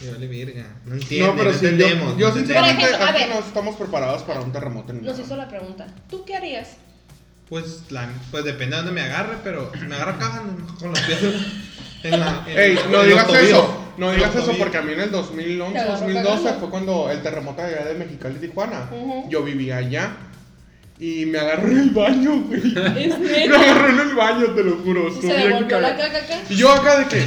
S2: Sí, vale verga. No entiendo.
S4: No, pero
S2: no
S4: sí, yo,
S2: entendemos.
S4: yo
S2: no entendemos.
S4: sinceramente
S1: Por ejemplo, a
S4: creo que
S1: ver.
S4: no estamos preparados para un terremoto. ni
S1: Nos
S4: nada.
S1: hizo la pregunta. ¿Tú qué
S2: *laughs*
S1: harías?
S2: Pues, la, pues depende de dónde me agarre, pero si me agarra acá no, con los pies en la. en-
S4: Ey,
S2: en
S4: no
S2: los
S4: digas
S2: tobillos.
S4: eso, no
S2: En
S4: digas
S2: los
S4: eso
S2: tobillos.
S4: porque a mí en el 2011,
S1: Te agarró
S4: 2012
S1: cagando.
S4: fue cuando el terremoto de allá de Mexicali, Tijuana.
S1: Ujú.
S4: Yo vivía allá y me agarró en el baño, güey. *laughs*
S1: Es
S4: Me
S1: neta.
S4: agarró en el baño, te lo
S1: Y
S4: juro. estuve
S1: se
S4: bien
S1: devolvió la
S4: cagado.
S1: caca acá.
S4: Y yo acá de que,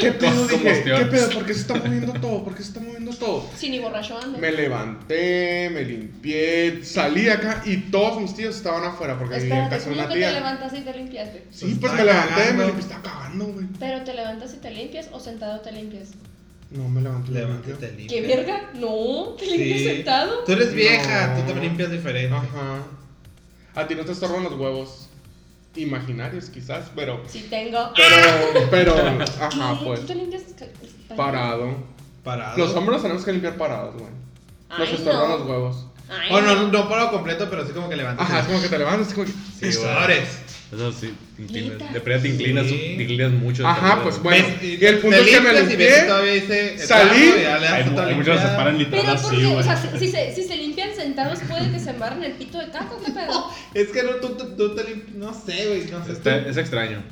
S4: ¿qué pedo?
S3: Con
S4: Dije,
S3: combustión.
S4: ¿qué pedo? ¿Por qué se está moviendo todo? ¿Por qué se está moviendo todo?
S1: Sí, ni borracho anda.
S4: Me levanté, me limpié, salí de acá y todos mis tíos estaban afuera porque vivía en
S1: Espérate,
S4: casa de
S1: ¿cómo
S4: una
S1: que te
S4: tía.
S1: levantaste y te limpiaste?
S4: Sí,
S2: Pues
S4: pues
S2: está
S4: me levanté,
S2: cagando.
S4: me limpié, estaba cagando, güey.
S1: ¿Pero te levantas y te limpias o sentado te limpias?
S4: No, me levanté. me limpié.
S2: Levántate limpio.
S1: ¿Qué verga? No, te limpias
S2: Sí.
S1: sentado.
S2: Tú eres vieja,
S4: No.
S2: tú te limpias diferente.
S4: Ajá. A ti no te estorban los huevos imaginarios, quizás, pero.
S1: Si tengo.
S4: Pero,
S1: *laughs*
S4: pero, ajá,
S1: ¿Qué?
S4: Ah, pues.
S1: ¿Tú te limpias
S4: Parado.
S2: Parado.
S4: Los hombres los tenemos que limpiar parados, güey. Nos
S1: Ay,
S4: estorban
S1: no.
S4: los huevos.
S1: Ay,
S2: O no, no parado completo, pero sí como que levantas.
S4: Ajá, es como que te levantas, es como que.
S3: Sí, güey.
S2: Sobres.
S3: Eso sí, te inclinas.
S1: Neta.
S3: De pronto te inclinas,
S2: Sí.
S3: te inclinas mucho.
S4: Ajá,
S3: también.
S4: pues, bueno.
S2: Ves,
S4: y el punto
S2: te
S4: es que me
S2: limpias y
S4: limpié,
S2: ves que todavía dice, el
S4: salí.
S2: trapo, ya le das
S3: Hay, mu-
S2: otra
S3: hay muchos que se
S2: limpiada.
S3: paran literal
S1: Pero porque,
S3: así, güey.
S1: o sea, si, si se, si se limpian sentados puede que se embarren el pito de taco, ¿qué *laughs* pedo?
S2: Es que no, tú, tú, tú te limpias. No sé, güey. No sé.
S3: Está- es extraño.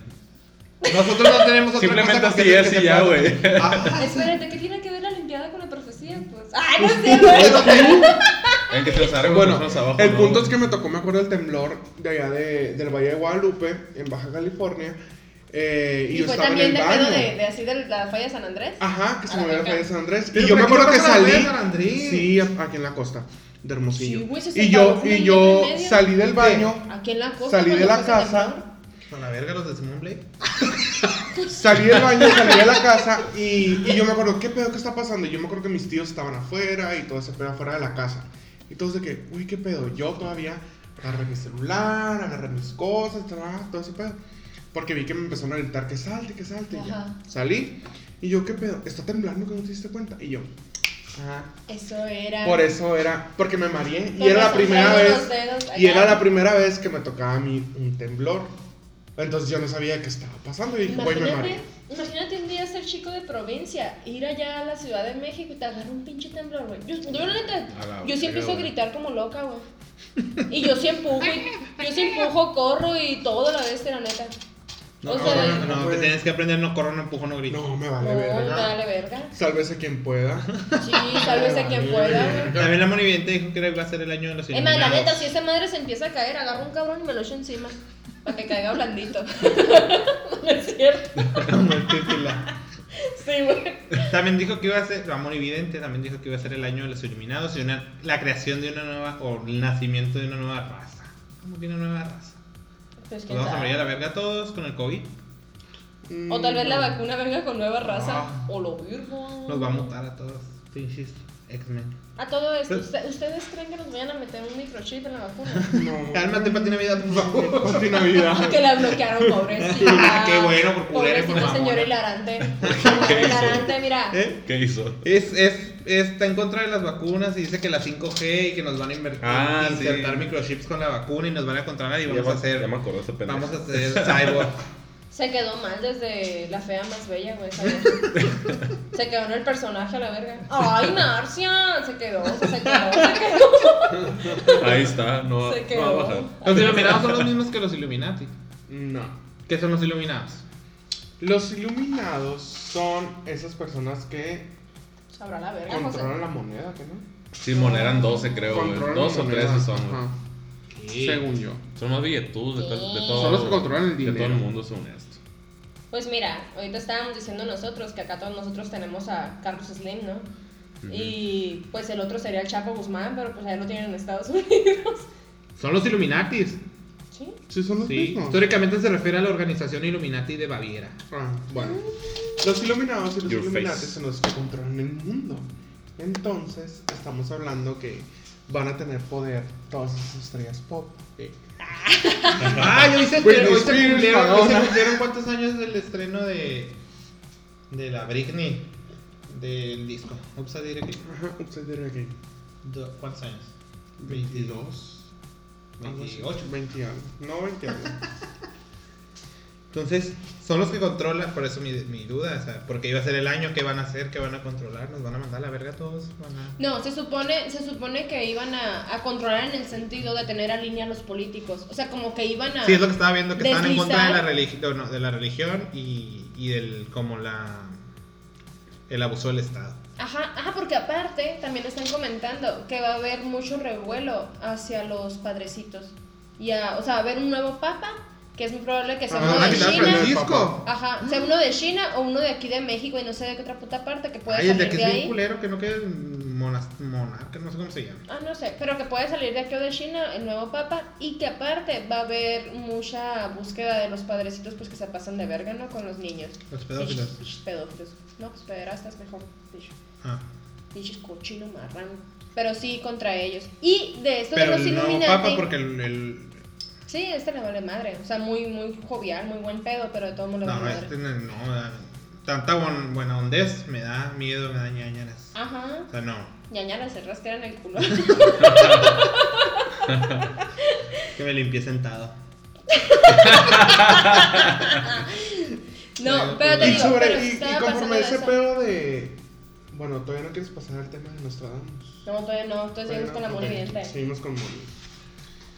S2: Nosotros no tenemos otra
S3: Este, Simplemente
S2: cosa con
S3: así
S2: que-
S3: es
S2: que Ah.
S3: y ya,
S2: se-
S3: güey.
S1: *laughs*
S2: Ajá.
S1: Espérate, ¿qué tiene que ver la limpiada con la profecía? Pues. Ay, no sé, güey. Ah,
S3: Ven que se
S1: eh,
S3: los arreglo,
S4: Bueno,
S3: nosotros abajo,
S4: el
S3: ¿no,
S4: punto
S3: güey?
S4: es que me tocó, me acuerdo del temblor de allá de- del Valle de Guadalupe, en Baja California. eh, y,
S1: Y
S4: yo
S1: fue
S4: estaba en
S1: también
S4: el
S1: de
S4: baño. Ah,
S1: pedo de, de así de la falla de San Andrés.
S4: Ajá, que se
S1: A la
S4: movió la
S1: verga.
S4: playa de San Andrés.
S2: Pero
S4: y yo
S2: ¿por
S4: me
S2: qué
S4: acuerdo
S2: no
S4: que
S2: fue la
S4: salí.
S2: playa de San Andrés?
S4: Sí, a- aquí en la costa de Hermosillo.
S1: Sí, güey, se
S4: y
S1: separó
S4: yo,
S1: como
S4: y
S1: un
S4: yo
S1: metro y medio.
S4: salí del baño,
S1: Aquí en la costa.
S4: salí de
S1: cuando
S4: la
S1: fue ese
S4: casa,
S1: temblor.
S2: Con la verga los de Simón Blake.
S4: salí del baño, salí de la casa y, y yo me acuerdo, ¿qué pedo que está pasando? Y yo me acuerdo que mis tíos estaban afuera y todo ese pedo afuera de la casa. Y todos de que, uy, ¿qué pedo? Yo todavía agarré mi celular, agarré mis cosas, tra- todo ese pedo. Porque vi que me empezaron a gritar que salte, que salte. Y ya.
S1: Ajá.
S4: Salí y yo, ¿qué pedo? Está temblando que no te diste cuenta. Y yo, ah,
S1: Eso era.
S4: Por eso era, porque me mareé y
S1: Con
S4: era la
S1: razón,
S4: primera
S1: traigo
S4: vez
S1: los dedos
S4: y
S1: acá.
S4: era la primera vez que me tocaba a mí un temblor. Entonces yo no sabía qué estaba pasando y dije, güey, me
S1: Imagínate,
S4: mareé.
S1: imagínate un día ser chico de provincia, ir allá a la Ciudad de México y te agarra un pinche temblor, güey. Yo, yo, la neta,
S3: A la
S1: yo sí
S3: verga,
S1: empiezo a
S3: güey.
S1: gritar como loca, güey. Y yo sí empujo, y- yo sí empujo, corro y todo a la vez, la neta.
S2: No,
S1: O
S2: no,
S1: sea,
S2: no, no, no,
S4: güey.
S2: te tienes que aprender, no corro, no empujo, no grito.
S4: No, me
S1: No,
S4: vale verga.
S1: dale verga.
S4: Sálvese quien pueda.
S1: Sí, sálvese quien pueda, güey.
S2: También la monividente dijo que iba a ser el año de los
S1: Es más, la neta,
S2: iluminados.
S1: si esa madre se empieza a caer, agarro un cabrón y me lo echo encima. Para que caiga blandito. *laughs* no es cierto. Sí, güey.
S2: También dijo que iba a ser, la monividente también dijo que iba a ser el año de los iluminados y una, la creación de una nueva, o el nacimiento de una nueva raza. ¿Cómo que una nueva raza?
S1: Pues,
S2: Nos
S1: ¿quién
S2: vamos a
S1: sabe?
S2: morir a la verga todos con el COVID.
S1: O tal vez la
S4: Mm,
S1: vacuna venga con nueva raza.
S2: Ah.
S1: O lo virgo.
S2: Nos va a mutar a todos, pinches X-Men.
S1: A todo esto,
S2: Pero-
S1: ¿usted- ¿ustedes creen que nos vayan a meter un microchip en la
S2: *laughs*
S1: vacuna?
S4: No.
S2: Cálmate, Pati Navidad, por
S4: *laughs*
S2: favor. *laughs*
S4: Pati
S1: Ah,
S4: Navidad.
S1: que la bloquearon, pobrecita.
S2: Qué bueno, por culera y por
S1: Pobrecita
S2: mamona.
S1: señora
S2: *laughs*
S1: Hilarante.
S3: ¿Qué
S1: Señora
S3: hizo?
S1: Hilarante, mira.
S2: ¿Eh?
S3: ¿Qué hizo?
S2: Es, es, está en contra de las vacunas y dice que la 5G y que nos van a invertir,
S3: Ah, sí.
S2: insertar microchips con la vacuna y nos van a controlar y
S3: Ya
S2: vamos
S3: me-
S2: a hacer,
S3: Ya me acordé de ese pendejo.
S2: vamos a hacer
S3: *laughs*
S2: cyborg.
S1: Se quedó mal desde la fea más bella, güey. esa
S2: *laughs*
S1: vieja. Se quedó en el personaje a la verga. ¡Ay, Narcia! Se quedó, se quedó, se quedó.
S2: *laughs*
S3: Ahí está, no, va-
S1: Se
S3: no
S1: quedó.
S3: va a bajar.
S2: Los iluminados son los mismos que los Illuminati.
S4: No.
S2: ¿Qué son los iluminados?
S4: Los iluminados son esas personas que
S1: Sabrá la verga, Ah, José.
S4: controlan la moneda, ¿qué no?
S3: Simón, eran 12 creo, güey.
S4: Controlan
S3: Dos
S4: la
S3: o tres
S4: moneda,
S3: son, güey.
S4: ajá, Según yo.
S3: Son más billetudos de, to- de todo.
S4: Son los que controlan el
S3: De todo el
S4: dinero.
S3: mundo, según esto.
S1: Pues mira, ahorita estábamos diciendo nosotros que acá todos nosotros tenemos a Carlos Slim, ¿no? Y pues el otro sería el Chapo Guzmán, pero pues a él lo tienen en Estados *laughs* Unidos.
S2: Son los Illuminatis.
S1: ¿Sí?
S4: Sí, son los
S2: Sí.
S4: mismos.
S2: Históricamente se refiere a la organización Illuminati de Baviera.
S4: Ah, bueno. Los iluminados y los
S3: Your
S4: iluminados
S3: face.
S4: son los que controlan el mundo. Entonces, estamos hablando que van a tener poder todas esas estrellas pop.
S2: Ah, yo hice,
S4: Britney
S2: hoy se
S4: Spears,
S2: cumplieron, hoy se
S4: Madonna.
S2: cumplieron cuántos años del estreno de de la Britney del disco. Upside Down Again.
S4: Ajá, Upside Down Again.
S2: Do- ¿Cuántos años?
S4: 22. algo así,
S2: 28.
S4: 20 años. No, 20 años.
S2: Entonces, son los que controlan, por eso mi, mi duda, o sea, porque iba a ser el año que van a hacer, que van a controlar, nos van a mandar a la verga a todos, van a...
S1: No, se supone, se supone que iban a, a controlar en el sentido de tener a línea a los políticos. O sea, como que iban a...
S2: Sí, es lo que estaba viendo, que estaban en contra de la,
S1: Deslizar.
S2: religión, de la religión y, y del, como la, el abuso del Estado.
S1: Ajá, ah, porque aparte también están comentando que va a haber mucho revuelo hacia los padrecitos. Y a- o sea, va a haber un nuevo papa, que es muy probable que sea
S4: Ah,
S1: uno
S4: van a
S1: de
S4: quitar el
S1: China.
S4: Francisco.
S1: Ajá, sea uno de China o uno de aquí de México y no sé de qué otra puta parte que puede
S2: Ay, el de
S1: salir
S2: que
S1: de
S2: es bien
S1: ahí.
S2: culero, que no quede monas- monarca, no sé cómo se llama.
S1: Ah, no sé, pero que puede salir de aquí o de China el nuevo papa y que aparte va a haber mucha búsqueda de los padrecitos pues que se pasan de verga, ¿no? Con los niños.
S2: Los pedófilos.
S1: Pinches- pinches pedófilos. No, pues pederastas mejor. dicho.
S2: Ah.
S1: Pinches cochino marrano. Pero sí contra ellos. Y de esto
S2: Pero
S1: de los
S2: el nuevo
S1: Illuminati.
S2: papa, porque el... el-
S1: Sí, este le vale madre. O sea, muy, muy jovial, muy buen pedo, pero de todo mundo le vale
S2: no,
S1: madre.
S2: este no, da- tanta buen- buena hondez me da miedo, me da ñañaras.
S1: Ajá.
S2: O sea, no,
S1: Ñañara se rasquean el
S2: *laughs*
S1: culo.
S2: que me limpié sentado.
S1: no, pero te
S4: y
S1: digo,
S4: sobre-
S1: pero
S4: y-
S1: estaba
S4: y
S1: pasando
S4: conforme ese
S1: eso.
S4: pedo de. Bueno, todavía no quieres pasar al tema de Nostradamus.
S1: No, todavía no, todavía Pues seguimos
S4: Todavía
S1: con la
S4: no,
S1: mona
S4: ok,
S1: vidente.
S4: Seguimos con Moni.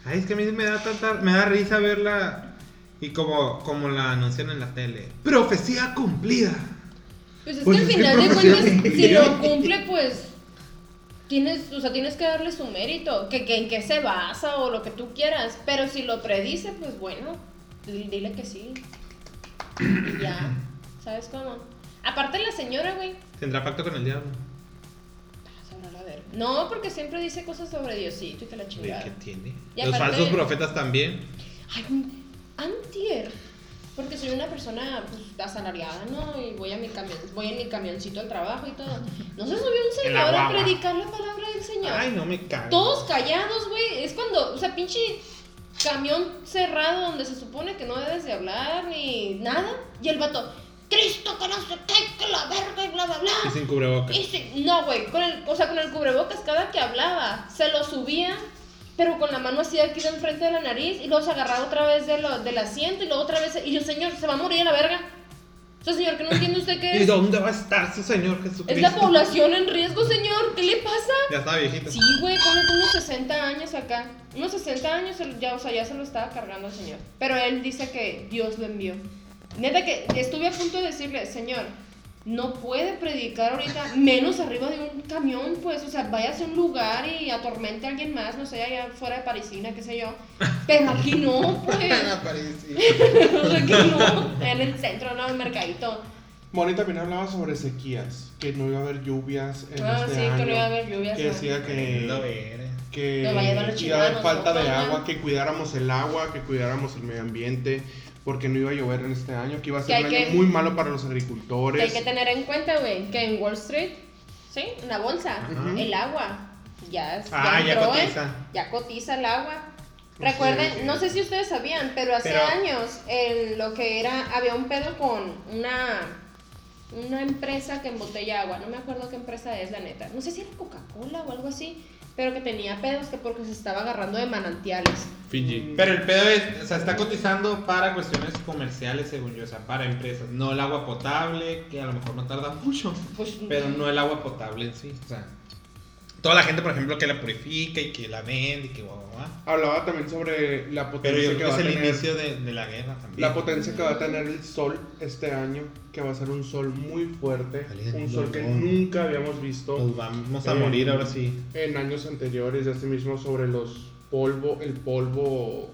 S2: Ay, es que a mí me da tanta, me da risa verla y como, como la anuncian en la tele. Profecía cumplida.
S1: Pues es
S4: Pues
S1: que al
S4: es que
S1: final de
S4: profecía
S1: cuentas, si
S4: cumplida.
S1: lo cumple, pues tienes, o sea, tienes que darle su mérito, que, que en qué se basa o lo que tú quieras, pero si lo predice, pues bueno, di- dile que sí. Y ya, ¿sabes cómo? Aparte la señora, güey.
S2: Tendrá pacto con el diablo.
S1: sabrá la verga. No, porque siempre dice cosas sobre Diosito y que la
S2: Oye,
S1: chingada.
S2: ¿Qué tiene?
S1: Y
S2: Los
S1: aparte-
S2: falsos profetas también.
S1: Ay, antier. Porque soy una persona pues, asalariada, ¿no? Y voy, a mi camión, voy en mi camioncito al trabajo y todo. No se subió un
S2: En la
S1: señor a
S2: guagua.
S1: predicar la palabra del Señor.
S2: Ay, no me cago.
S1: Todos callados, güey. Es cuando, o sea, pinche camión cerrado donde se supone que no debes de hablar ni nada. Y el vato, Cristo que no sé qué, que la verga y bla, bla, bla.
S2: Y sin cubrebocas.
S1: Y sí, no, güey, con el, o sea, con el cubrebocas cada que hablaba, se lo subía, pero con la mano así aquí de enfrente de la nariz y luego se agarraba otra vez de lo- del asiento y luego otra vez, y yo, señor, se va a morir a la verga. O sea, señor, que no entiende usted qué
S2: ¿Y
S1: es.
S2: dónde va a estar su Señor Jesucristo?
S1: Es la población en riesgo, señor, ¿qué le pasa?
S2: Ya está viejito.
S1: *laughs* Sí, güey, ponete unos 60 años acá. Unos 60 años, él ya, o sea, ya se lo estaba cargando el señor. Pero él dice que Dios lo envió. Neta que estuve a punto de decirle, señor, no puede predicar ahorita, menos arriba de un camión, pues, o sea, váyase a un lugar y atormente a alguien más, no sé, allá fuera de Parisina, qué sé yo. Pero aquí no, pues. *laughs* O sea, aquí
S4: *laughs*
S1: no, en el centro, no, en el mercadito.
S4: Moni también hablaba sobre sequías, que no iba a haber lluvias en
S1: Ah,
S4: este
S1: sí,
S4: año.
S1: que no iba a haber lluvias,
S4: Que
S1: ¿no?
S4: decía que,
S2: Lo veré.
S4: que
S1: Nos va a llevar los
S4: iba a haber
S1: chilenos,
S4: falta
S1: ¿no?
S4: de
S1: Ajá.
S4: agua, que cuidáramos el agua, que cuidáramos el medio ambiente, porque no iba a llover en este año, que iba a ser
S1: Que
S4: un
S1: hay
S4: año
S1: que-
S4: muy malo para los
S1: Que
S2: Pues,
S1: hay
S4: agricultores.
S1: que tener en cuenta, güey, que en Wall Street, ¿sí? En la bolsa,
S2: Ajá.
S1: el agua ya, es-
S2: Ah, ya
S1: ¿eh?
S2: cotiza.
S1: Ya cotiza el agua.
S4: Sí,
S1: Recuerden,
S4: sí.
S1: no sé si ustedes sabían, pero hace
S2: Pero-
S1: años en lo que era, había un pedo con una, una empresa que embotella agua, no me acuerdo qué empresa es la neta, no sé si era Coca-Cola o algo así, pero que tenía pedos que porque se estaba agarrando de manantiales.
S3: Fiji.
S2: Pero el pedo es, o sea, está cotizando para cuestiones comerciales, según yo, o sea, para empresas. No el agua potable, que a lo mejor no tarda mucho,
S1: Pues,
S2: pero no el agua potable en sí. O sea, toda la gente, por ejemplo, que la purifica y que la vende y que guau, guau, guau.
S4: Hablaba también sobre la
S2: Pero yo
S4: potencia que
S2: creo
S4: va a
S2: que es el
S4: tener.
S2: inicio de, de la guerra también.
S4: La potencia que va a tener el sol este año, que va a ser un sol muy fuerte,
S2: Caliente,
S4: un sol que
S2: loco.
S4: nunca habíamos visto
S2: Nos vamos a
S4: Eh,
S2: morir ahora sí.
S4: en años anteriores, y asimismo sobre los polvo, el polvo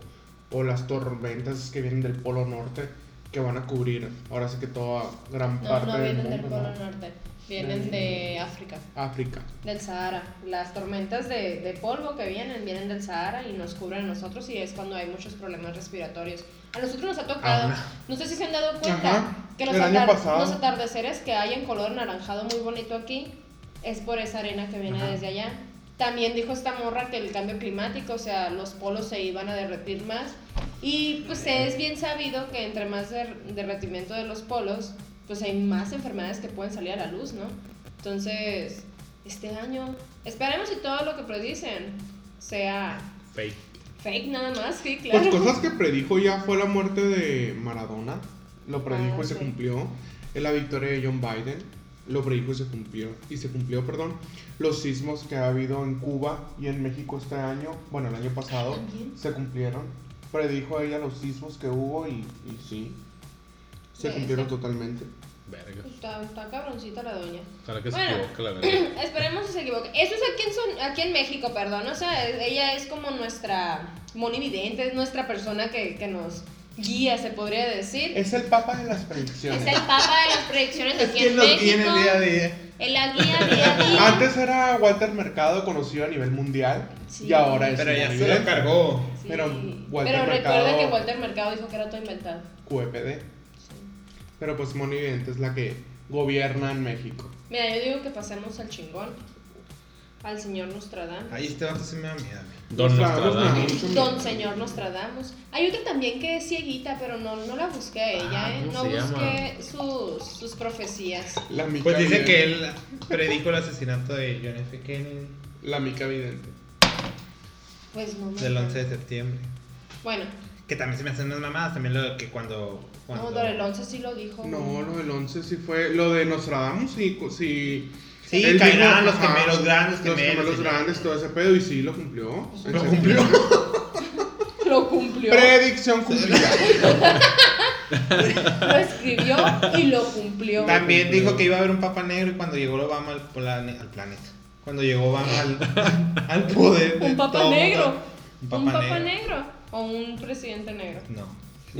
S4: o las tormentas que vienen del polo norte, que van a cubrir ahora sí que toda gran
S1: No,
S4: parte
S1: no
S4: del
S1: vienen del
S4: mundo.
S1: Polo
S4: ¿no?
S1: Norte, vienen de África,
S4: África.
S1: del Sahara. Las tormentas de, de polvo que vienen, vienen del Sahara y nos cubren a nosotros y es cuando hay muchos problemas respiratorios. A nosotros nos ha tocado,
S2: Ahora.
S1: no sé si se han dado cuenta,
S4: Ajá,
S1: que los,
S4: el año
S1: atar-
S4: pasado.
S1: los atardeceres que hay en color naranjado muy bonito aquí es por esa arena que viene
S2: Ajá.
S1: desde allá. También dijo esta morra que el cambio climático, o sea, los polos se iban a derretir más. Y pues es bien sabido que entre más der- derretimiento de los polos, pues hay más enfermedades que pueden salir a la luz, ¿no? Entonces, este año, esperemos y todo lo que predicen sea
S2: Fake.
S1: fake nada más, sí, claro.
S4: Pues cosas que predijo ya fue la muerte de Maradona, lo predijo
S1: Ah,
S4: y se
S1: sí.
S4: cumplió. Es la victoria de John Biden, lo predijo y se cumplió. Y se cumplió, perdón. Los sismos que ha habido en Cuba y en México este año, bueno, el año pasado,
S1: También.
S4: se cumplieron. Predijo ella los sismos que hubo y, y sí, se
S1: Sí,
S4: cumplieron
S1: sí.
S4: totalmente.
S3: Verga.
S1: Está, está cabroncita la doña.
S3: Ojalá que se
S1: Bueno.
S3: equivoque
S1: *coughs*
S3: la verga.
S1: *clears throat* Esperemos que se equivoque. Eso es aquí en, Son- aquí en México, perdón. O sea, e- ella es como nuestra monividente, es nuestra persona que, que nos guía, se podría decir.
S4: Es el papa de las
S1: Es
S4: predicciones.
S1: el papa de las predicciones
S2: Es
S1: aquí
S2: quien
S1: en
S2: los
S1: México.
S2: tiene el día a día.
S1: Él la guía día
S4: *laughs*
S1: a día.
S4: Antes era Walter Mercado, conocido a nivel mundial,
S1: Sí.
S4: y ahora es
S2: Pero
S4: un
S2: ya se
S4: vidente.
S2: lo cargó.
S1: Sí.
S4: pero Walter
S1: Pero recuerda
S4: Mercado-
S1: que Walter Mercado dijo que era todo inventado.
S4: QPD.
S1: Sí.
S4: Pero pues Moni Vidente es la que gobierna en México.
S1: Mira, yo digo que pasemos al chingón. Al señor Nostradamus.
S2: Ahí este vato sí me da miedo.
S3: Don
S4: Nostradamus,
S3: Nostradamus. *laughs*
S4: mucho
S1: Don
S4: miedo.
S1: señor Nostradamus. Hay otra también que es cieguita, pero no, no la busqué a ella,
S3: Ah,
S1: ¿eh?
S3: ¿cómo
S1: No
S3: se llama?
S1: busqué sus, sus profecías.
S4: La mica
S2: Pues dice
S4: vidente.
S2: que él predijo el asesinato de John F. Kennedy
S4: La mica vidente.
S1: Pues no me
S2: del
S1: acuerdo.
S2: 11 de septiembre.
S1: Bueno,
S2: Que también se me hacen unas mamadas, también lo que cuando... cuando
S1: no, del 11 sí lo dijo.
S4: No, lo del 11 sí fue. Lo de Nostradamus sí. cu- sí
S2: Sí,
S4: Él
S2: caerán
S4: dijo,
S2: los
S4: ajá,
S2: gemelos grandes,
S4: Los
S2: gemelos,
S4: gemelos
S2: sí.
S4: grandes, todo ese pedo, y sí lo cumplió. En
S2: Lo
S4: serio.
S2: cumplió.
S1: Lo cumplió.
S4: *laughs* Predicción cumplida.
S1: Lo escribió y lo cumplió.
S2: También dijo que iba a haber un papa negro y cuando llegó Obama al, plane- al planeta. Cuando llegó Obama al, *laughs* al poder. de
S1: Un papa
S2: todo-
S1: negro.
S2: Un
S1: Un
S2: papa negro.
S1: O un presidente negro.
S2: No.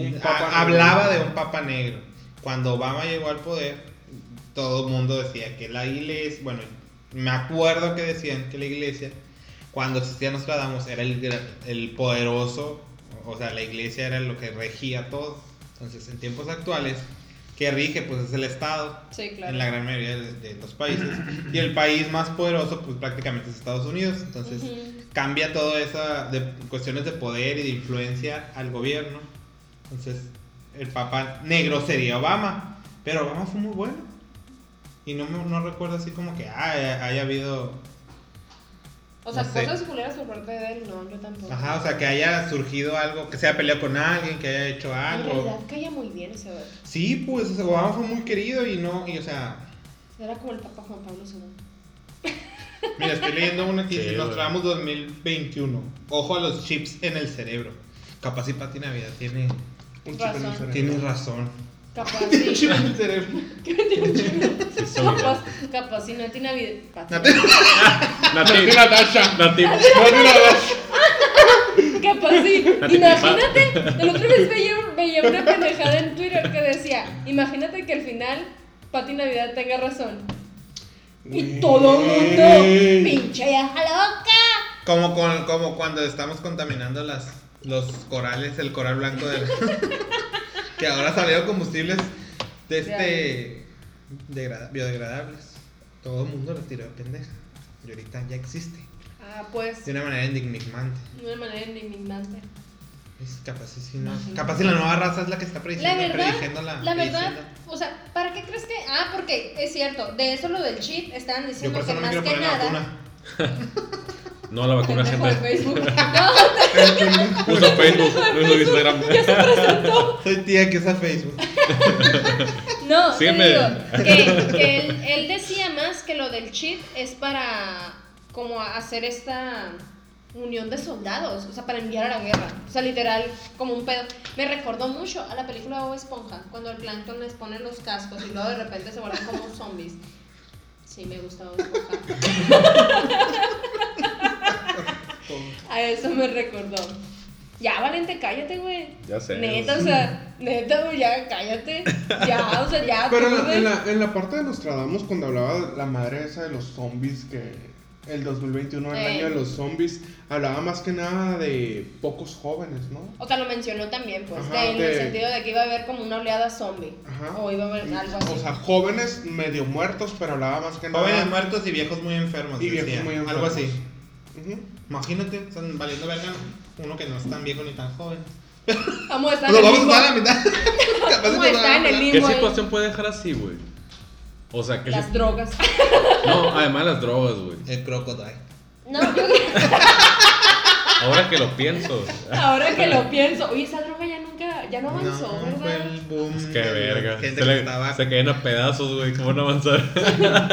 S4: Un
S2: Ha-
S4: papa
S2: hablaba de un papa negro. Cuando Obama llegó al poder, todo el mundo decía que la iglesia, bueno, me acuerdo que decían que la iglesia, cuando existía Nostradamus, era el, gra- el poderoso, o sea, la iglesia era lo que regía todo. Entonces, en tiempos actuales, que rige? Pues es el Estado
S1: Sí, claro.
S2: en la gran mayoría de, de los países. Y el país más poderoso, pues prácticamente es Estados Unidos. Entonces,
S1: Ujú.
S2: cambia todo esa de cuestiones de poder y de influencia al gobierno. Entonces, el papá negro sería Obama. Pero Obama fue muy bueno. Y no, me- no recuerdo así como que ah, haya, haya habido.
S1: O sea,
S2: no sé.
S1: cosas culeras por parte de él, no, yo tampoco.
S2: Ajá, o sea, que haya surgido algo, que se haya peleado con alguien, que haya hecho
S1: En realidad
S2: algo.
S1: caía muy bien ese güey.
S2: Sí, pues o sea, Obama fue muy querido y no, y o sea,
S1: Era como el Papa Juan Pablo II.
S2: *laughs* Mira, estoy leyendo una
S3: *laughs*
S2: que
S3: Sí,
S2: dice
S3: güey.
S2: Nostradamus 2021. Ojo a los chips en el cerebro. Capaz y Pati Navidad tiene,
S4: Un chip en el
S1: Razón.
S4: cerebro.
S2: tiene razón.
S1: Capaz
S2: *laughs*
S4: Un
S1: sí.
S4: chip en el cerebro.
S3: Sí, soy
S1: capaz, capaz sí, Nati Navidad.
S2: Nati-
S1: *laughs*
S3: Nati.
S4: Natasha.
S3: Nati.
S4: Moni Natasha.
S1: Capaz sí.
S3: Nati
S1: Imagínate. El otro vez veía, veía una pendejada en Twitter que decía: Imagínate que al final Pati Navidad tenga razón. Y todo el mundo,
S4: Güey.
S1: pinche vieja loca.
S2: Como, con, como cuando estamos contaminando las, los corales, el coral blanco de *laughs* que ahora salieron combustibles de este degra- biodegradables. Todo el mundo lo tiró de pendeja. Y ahorita ya existe.
S1: Ah, pues,
S2: De una manera indignante.
S1: de una manera indignante.
S2: Es capaz y si no.
S1: Imagínate.
S2: Capaz y la nueva raza es la que está prediciendo,
S1: La verdad,
S2: prediciendo la-
S1: la verdad,
S2: prediciendo.
S1: o sea, ¿para qué crees que? Ah, porque es cierto, de eso lo del chip estaban
S2: Yo
S1: diciendo
S2: por eso
S1: que
S2: no me
S1: más
S2: quiero
S1: que
S2: poner la
S1: nada.
S2: vacuna.
S3: No, la vacuna,
S1: Pendejo de
S2: *laughs*
S3: gente.
S1: Facebook. No,
S3: Uso Facebook, no uso
S1: *laughs*
S3: Instagram.
S2: Soy tía que usa Facebook.
S1: no, te
S3: Sígueme.
S1: digo que, que él, él decía más que lo del chip es para como a hacer esta unión de soldados, o sea, para enviar a la guerra. O sea, literal, como un pedo. Me recordó mucho a la película Bob Esponja, cuando el plancton les pone los cascos y luego de repente se vuelven como zombies. Sí, me gusta Bob Esponja. A eso me recordó. Ya, Valente, cállate, güey.
S3: Ya sé.
S1: Neta, o sea, neta, güey, ya cállate. Ya, o sea, ya.
S4: *laughs* Pero
S1: tú,
S4: en la,
S1: güey.
S4: en, la, en la parte de Nostradamus, cuando hablaba de la madre esa de los zombies, que el 2021 era el
S1: Sí.
S4: año de los zombies, hablaba más que nada de pocos jóvenes, ¿no?
S1: O sea, lo mencionó también, pues,
S4: Ajá,
S1: de- en el
S4: de-
S1: sentido de que iba a haber como una oleada zombie.
S4: Ajá.
S1: O iba a haber algo así.
S4: O sea, jóvenes medio muertos, pero hablaba más que nada.
S2: *laughs* Jóvenes muertos y viejos muy enfermos.
S4: Y viejos
S2: decía,
S4: muy enfermos.
S2: Algo así.
S4: Ujú.
S2: Imagínate, están valiendo verga uno que no es tan viejo ni tan joven.
S1: Vamos a estar
S2: Lo
S1: en el
S2: vamos a
S1: limbo.
S2: dar a
S1: *laughs*
S2: la mitad. Capaz
S1: Como
S2: que nos
S1: está en el
S2: hagan hablar.
S1: libro.
S3: ¿Qué
S1: güey.
S3: situación puede dejar así, güey? O sea, que...
S1: Las drogas.
S3: No, además las drogas, güey.
S2: El crocodile.
S1: No, yo creo-
S3: Ahora que lo pienso.
S2: *laughs*
S1: ahora que lo pienso. Oye, esa droga ya nunca, ya no avanzó,
S2: No, fue
S1: ¿verdad?
S2: el boom.
S3: Qué
S2: de
S3: verga.
S2: Gente
S3: Se,
S2: que
S3: le-
S2: estaba.
S3: se caen a pedazos, güey. ¿Cómo van a avanzar?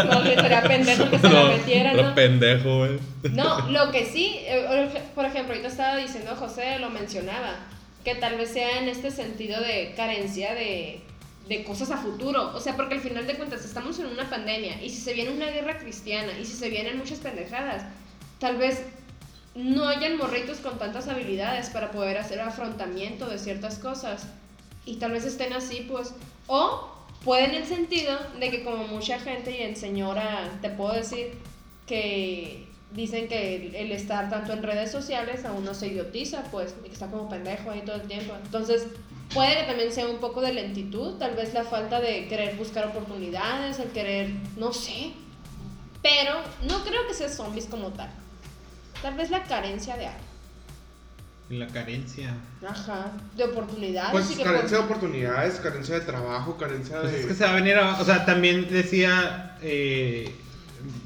S1: No, que sería pendejo que se
S3: *laughs*
S1: la metieran,
S3: otro
S1: ¿no?
S3: pendejo, güey.
S1: No, lo que sí, eh, por ejemplo, ahorita estaba diciendo José, lo mencionaba, que tal vez sea en este sentido de carencia de, de cosas a futuro. O sea, porque al final de cuentas estamos en una pandemia y si se viene una guerra cristiana y si se vienen muchas pendejadas, tal vez no hayan morritos con tantas habilidades para poder hacer afrontamiento de ciertas cosas y tal vez estén así, pues, o pueden en el sentido de que como mucha gente y en señora, te puedo decir que dicen que el, el estar tanto en redes sociales a uno se idiotiza, pues, y que está como pendejo ahí todo el tiempo. Entonces, puede que también sea un poco de lentitud, tal vez la falta de querer buscar oportunidades, el querer, no sé, pero no creo que sea zombies como tal. Tal vez la carencia de algo.
S2: La carencia.
S1: Ajá, de oportunidades.
S4: Pues
S1: y que
S4: carencia de
S1: por-
S4: oportunidades, carencia de trabajo, carencia de.
S2: Pues es que se va a venir a- O sea, también decía. Eh,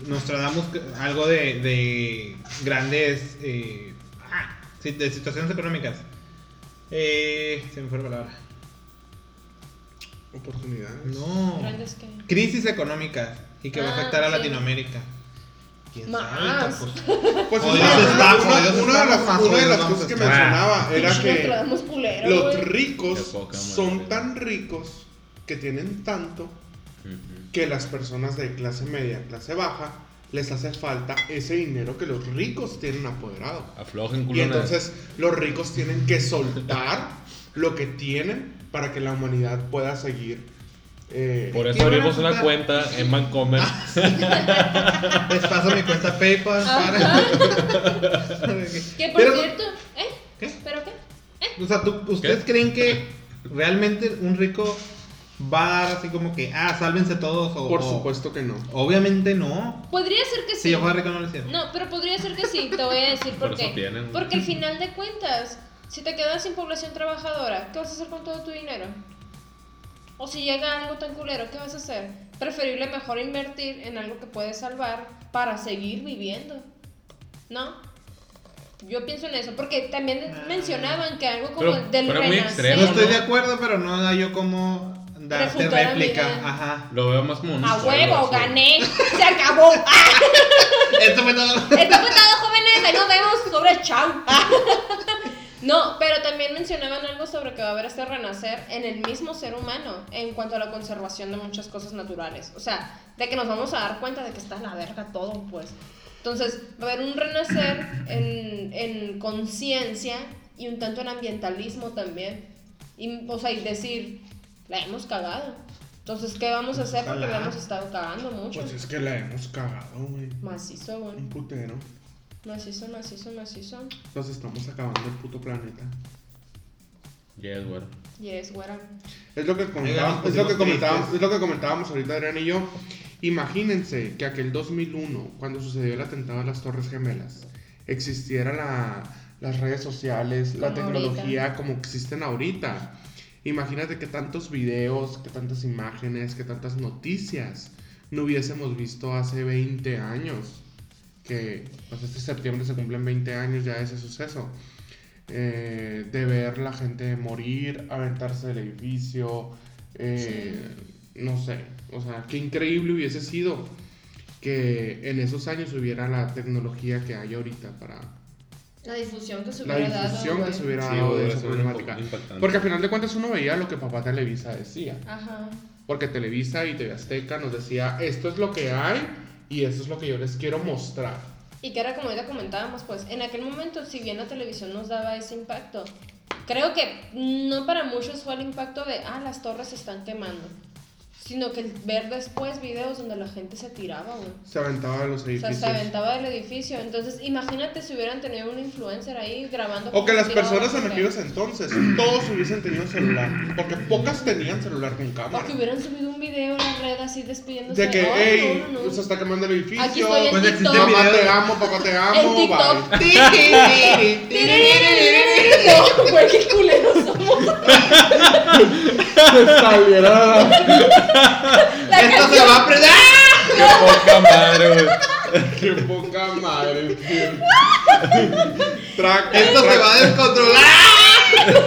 S2: Nostradamus que- algo de, de grandes. eh, ah, sí, de situaciones económicas. Eh, se me fue la palabra.
S4: Oportunidades.
S2: No.
S1: Grandes que...
S2: Crisis económicas. Y que va a
S1: Ah,
S2: afectar a
S1: sí.
S2: Latinoamérica. ¿Quién
S1: Más.
S2: sabe? Tampoco-
S4: Pues
S2: Jodidos
S4: es una-
S2: estamos,
S4: una-
S2: jodidos
S4: una de las-
S2: estamos,
S4: una de
S2: jodidos
S4: las
S2: vamos
S4: cosas
S2: a
S4: que
S2: estar.
S4: mencionaba era
S1: Ah. Pinche
S4: que.
S1: Nostradamus culero,
S4: Los
S1: güey.
S4: ricos
S3: Qué poca madre.
S4: son tan ricos que tienen tanto que las personas de clase media, clase baja, les hace falta ese dinero que los ricos tienen apoderado.
S3: Aflojen, culo.
S4: Y entonces los ricos tienen que soltar lo que tienen para que la humanidad pueda seguir. eh,
S3: Por
S2: ¿Qué
S3: eso
S2: van a
S3: abrimos una
S2: contar?
S3: cuenta en
S2: *laughs*
S3: Vancomer.
S2: Les paso mi cuenta PayPal
S1: Ajá.
S2: para. *laughs*
S1: Que por
S2: Pero-
S1: cierto, ¿eh?
S2: ¿Qué?
S1: ¿Pero qué?
S2: O sea, ¿tú- ¿ustedes
S3: ¿Qué?
S2: creen que realmente un rico va a dar así como que, ah, sálvense todos? O,
S4: Por
S2: o-
S3: Oh.
S4: supuesto que no.
S2: Obviamente no.
S1: Podría ser que sí.
S2: Si yo fuera rico no lo hiciera.
S1: No, pero podría ser que sí, te voy a decir por,
S3: Por eso
S1: qué.
S3: tienen.
S1: Porque al final de cuentas, si te quedas sin población trabajadora, ¿qué vas a hacer con todo tu dinero? O si llega algo tan culero, ¿qué vas a hacer? Preferible mejor invertir en algo que puedes salvar para seguir viviendo. ¿No? Yo pienso en eso, porque también
S2: Ah.
S1: mencionaban que algo como
S3: Pero-
S1: del
S3: pero muy
S1: renacer-
S2: No
S3: extremo,
S2: estoy
S3: ¿no?
S2: de acuerdo, pero no da yo como darte
S1: Refutar a mi
S2: réplica.
S1: idea.
S2: Ajá.
S3: Lo veo más como un
S1: A
S3: juego,
S1: huevo,
S3: así.
S1: gané, se acabó. ¡Ah!
S2: Esto fue todo. *laughs*
S1: Estamos todos jóvenes, ahí nos vemos, sobre chau. *laughs* No, pero también mencionaban algo sobre que va a haber este renacer en el mismo ser humano en cuanto a la conservación de muchas cosas naturales. O sea, de que nos vamos a dar cuenta de que está en la verga todo, pues. Entonces, va a haber un renacer en, en conciencia y un tanto en ambientalismo también. Y, o sea, y decir, la hemos cagado. Entonces, ¿qué vamos a hacer? Porque la
S2: Ojalá.
S1: hemos estado cagando mucho.
S4: Pues es que la hemos cagado, güey.
S1: Macizo, güey.
S4: Un putero.
S1: Macizo, macizo, macizo.
S4: Nos estamos acabando el puto planeta.
S3: Yes, güey.
S1: Yes, güera.
S4: Es lo que
S2: Oigan,
S4: comentábamos,
S2: nos
S4: es lo que
S2: pusimos
S4: comentábamos,
S2: tristes.
S4: es lo que comentábamos ahorita Adrián y yo. Imagínense que aquel 2001, cuando sucedió el atentado a las Torres Gemelas, existiera la- las redes sociales, la
S1: Como
S4: tecnología como existen ahorita. Imagínate que tantos videos, que tantas imágenes, que tantas noticias no hubiésemos visto hace 20 años. Que pues este septiembre se cumplen 20 años ya de ese suceso eh, de ver la gente morir, aventarse del edificio, eh, no sé, o sea, qué increíble hubiese sido. que en esos años hubiera la tecnología que hay ahorita para
S1: La difusión que se
S4: la
S1: hubiera dado.
S4: difusión que
S1: güey.
S4: se hubiera
S2: Ah,
S3: Sí,
S4: dado de
S3: hubiera
S4: esa
S3: sido un poco
S4: problemática.
S3: impactante.
S4: Porque al final de cuentas uno veía lo que papá Televisa decía.
S1: Ajá.
S4: Porque Televisa y TV Azteca nos decía, esto es lo que hay y esto es lo que yo les quiero mostrar.
S1: Y que era como ya comentábamos, pues en aquel momento, si bien la televisión nos daba ese impacto, creo que no para muchos fue el impacto de, ah, las torres se están quemando, sino que el ver después videos donde la gente se tiraba, güey.
S4: Se aventaba de los
S1: O sea,
S4: edificios.
S1: se aventaba del edificio. Entonces, imagínate si hubieran tenido un influencer ahí grabando.
S4: O
S1: cómo
S4: que las
S1: se tiraba
S4: personas
S1: la
S4: en
S1: torre.
S4: aquellos entonces, todos hubiesen tenido celular. Porque pocas tenían celular con
S1: O que
S4: cámara.
S1: hubieran subido un video en la red así despidiéndose.
S4: De que,
S1: Ay,
S4: hey,
S1: no, no, no.
S4: se está quemando el edificio.
S1: Aquí estoy en
S2: Pues existe
S1: TikTok.
S4: Mamá te
S2: video.
S4: amo, papá te
S1: En
S4: amo.
S1: *laughs* TikTok.
S2: *laughs*
S4: bye.
S1: *laughs* No, güey, qué culeros somos.
S4: Saliera.
S1: La
S2: Esto se
S1: canción.
S2: va
S1: *laughs*
S2: a aprender.
S3: Qué
S2: *laughs*
S3: poca madre, güey.
S4: *laughs* Qué poca madre. tío. Track,
S2: Esto se
S4: track.
S2: va a descontrolar.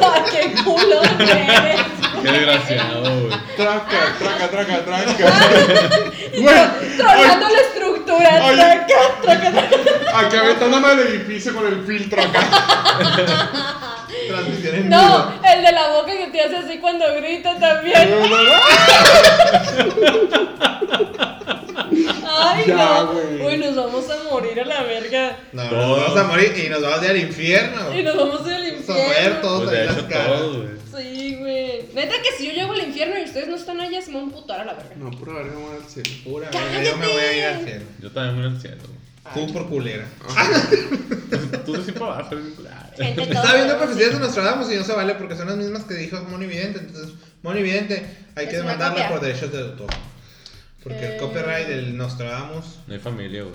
S1: "Ah, ¡Qué culo eres!
S3: Qué desgraciado, güey.
S4: Traca, traca,
S1: *laughs*
S4: traca, traca. Güey,
S1: Trocando la estructura,
S4: Oye.
S1: traca, traca, traca.
S4: aquí aventándome el edificio con el
S1: *laughs*
S4: filtro acá.
S2: Transmisión en vivo.
S1: No, el de la boca que te hace así cuando grita también. Ay,
S4: Ya,
S1: no.
S4: güey.
S1: Uy, nos vamos a morir a la verga.
S2: No,
S3: No.
S2: nos vamos a morir y nos vamos a ir al infierno.
S1: Y nos vamos a ir al
S2: Vamos a ver
S1: infierno.
S2: todos
S3: Pues
S2: ahí
S3: de
S2: las
S3: hecho
S2: caras.
S3: todo, güey.
S1: Sí, güey. Neta que si yo llego al infierno y ustedes no están allá, se me van a putar a la verga.
S4: No, pura verga, vamos al cielo.
S2: Pura
S1: ¡Cállate!
S2: verga, yo me voy a ir al cielo.
S3: Yo también voy al cielo, güey.
S2: Tú por culera.
S3: Tú- Tú siempre vas a ser bien culera.
S1: Gente, todo-
S2: Estaba viendo profecías de Nostradamus y no se vale porque son las mismas que dijo Moni Vidente. Entonces, Moni Vidente hay que
S1: Es una
S2: demandarla
S1: copia.
S2: por derechos de autor. Porque
S1: Eh.
S2: el copyright del Nostradamus.
S3: No hay familia, güey.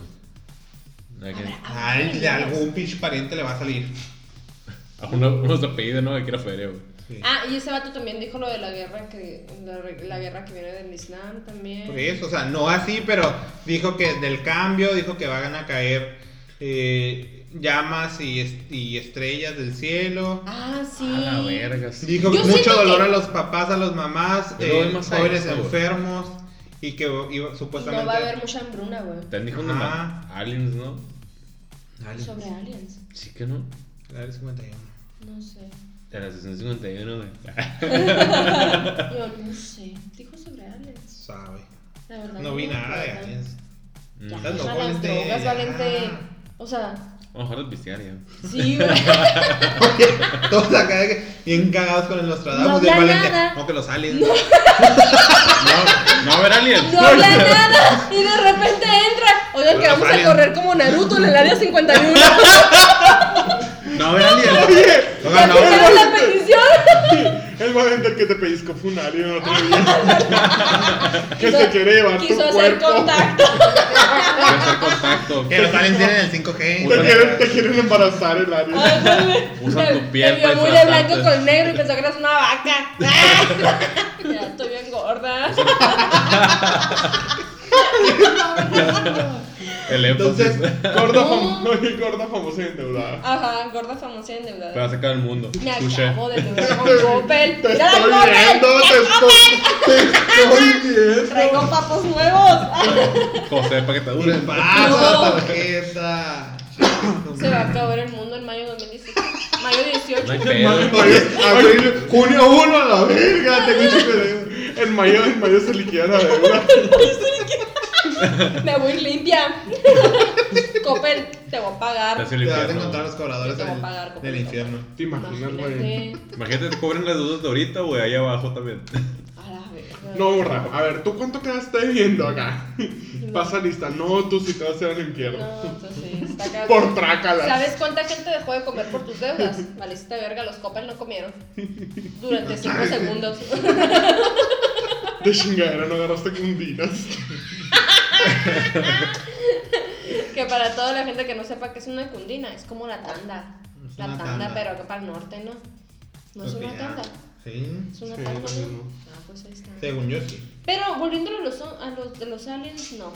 S3: No hay que-
S1: Ah,
S2: Ay, de algún pinche pariente le va a salir.
S3: A uno, uno se apellida, ¿no? Que era feria, güey.
S2: Sí.
S1: Ah, y ese vato también dijo lo de la guerra que la, la guerra que viene del Islam también.
S2: Por eso, o sea, no así, pero dijo que del cambio, dijo que van a caer eh, llamas y, est- y estrellas del cielo.
S1: Ah, sí.
S3: A la verga, sí.
S2: Dijo
S1: Yo
S2: mucho
S1: siento
S2: dolor
S1: que-
S2: a los papás, a los mamás,
S3: Yo le doy
S2: eh,
S3: más a
S2: jóvenes
S3: eso, güey.
S2: enfermos y que iba-
S1: Y
S2: supuestamente.
S1: no va a haber mucha hambruna, güey.
S3: También dijo
S4: "Ah".
S3: unos
S2: Ajá.
S3: ma- aliens, ¿no?
S2: Dale,
S1: Sobre aliens.
S3: Sí que no.
S2: dale 51.
S1: No sé.
S3: De la 651, güey.
S1: Yo no sé. Dijo sobre aliens.
S2: Sabe.
S1: La verdad.
S2: No vi
S1: me
S2: nada de
S1: acuerdo.
S2: aliens.
S3: Mm.
S1: Ya,
S2: Estás
S1: o sea,
S2: loco,
S1: las
S2: Valente,
S1: drogas,
S2: ya.
S1: Valente. O sea,
S3: Vamos a dejar de pistear ya.
S2: *laughs*
S1: sí, güey.
S2: Oye, *laughs* todos acá de que- bien cagados con el Nostradamus.
S1: No
S2: y el
S1: habla
S2: Valente,
S1: nada.
S2: No, que los aliens. *laughs*
S3: No, no va a haber aliens.
S1: No habla
S3: *laughs*
S1: nada y de repente entra. Oigan, que
S2: Bueno,
S1: vamos a
S2: aliens.
S1: correr como Naruto en el
S2: *laughs*
S1: área 51.
S2: No va a haber aliens. No, no,
S1: ¿Ya
S2: no.
S1: hicieron la
S2: *laughs*
S1: petición?
S4: El momento en que te pedís cofunar y no otro día.
S1: *laughs*
S4: que se
S1: Quiso-
S4: quiere llevar tu
S1: Quiso
S4: cuerpo.
S1: hacer contacto.
S3: Voy a hacer contacto.
S2: Que los aliens tienen el
S4: Te
S2: 5G.
S3: Una-
S4: quieren, te quieren embarazar el área.
S3: Usa tu piel
S1: Me
S3: para
S1: vio muy de blanco
S3: disfrazarte.
S1: con negro y pensó que eras una
S3: *laughs*
S1: vaca. ya estoy bien gorda.
S3: El énfasis.
S4: Entonces,
S3: *laughs* Entonces...
S4: gorda, fam oye, gorda famosa y endeudada.
S1: Ajá, gorda famosa y endeudada.
S3: Para sacar el mundo.
S1: Me
S3: Touché.
S1: acabo de endeudar
S4: *laughs*
S1: con Coppel.
S4: Te
S1: ¡Ya la
S4: estoy
S1: Coppel!
S4: viendo,
S1: ¡Ya
S4: te estoy, te estoy viendo.
S1: Traigo papos nuevos.
S3: José, para que te
S2: Un
S3: dure.
S2: embarazo,
S1: No.
S2: la tarjeta.
S1: Se va a acabar el mundo en mayo 2018. Mayo 18.
S3: No
S4: *laughs*
S3: hay pedo.
S4: Oye,
S2: Abril, junio 1 a la verga.
S4: Fíjate, pinche pendejo. En mayo, en mayo se liquida la deuda.
S1: Me voy limpia. *laughs* Coppel, te voy a
S3: Te
S1: pagar.
S3: hace el
S2: Te vas a
S3: infierno.
S2: encontrar los cobradores
S1: Te voy a
S2: del-
S1: pagar,
S2: del,
S1: compadre.
S2: infierno.
S4: ¿Te imaginas, güey?
S1: Imagínate.
S3: Imagínate, te cobran las dudas de ahorita, güey, ahí abajo también. *laughs*
S1: A la verga.
S4: No, borra. A ver, ¿tú cuánto quedaste viendo acá? Pasa lista. No, tú sí te vas a ir al infierno.
S1: No, entonces está cagado.
S4: Por trácalas.
S1: ¿Sabes cuánta gente dejó de comer por tus deudas? Valiste verga, los copas no comieron. Durante 5 segundos. *laughs*
S4: De chingadera, no agarraste cundinas.
S1: que para toda la gente que no sepa que es una cundina, es como la tanda.
S2: Es
S1: La
S2: una
S1: tanda,
S2: tanda.
S1: pero acá para el norte, ¿no? No es
S2: Pues
S1: una
S2: ya.
S1: tanda.
S2: Sí.
S1: Es una
S4: Sí,
S1: tanda,
S4: también
S1: ¿no?
S4: no.
S1: Ah, pues ahí está.
S2: Según yo sí.
S1: Pero volviéndolo a los, a los, de los aliens, no.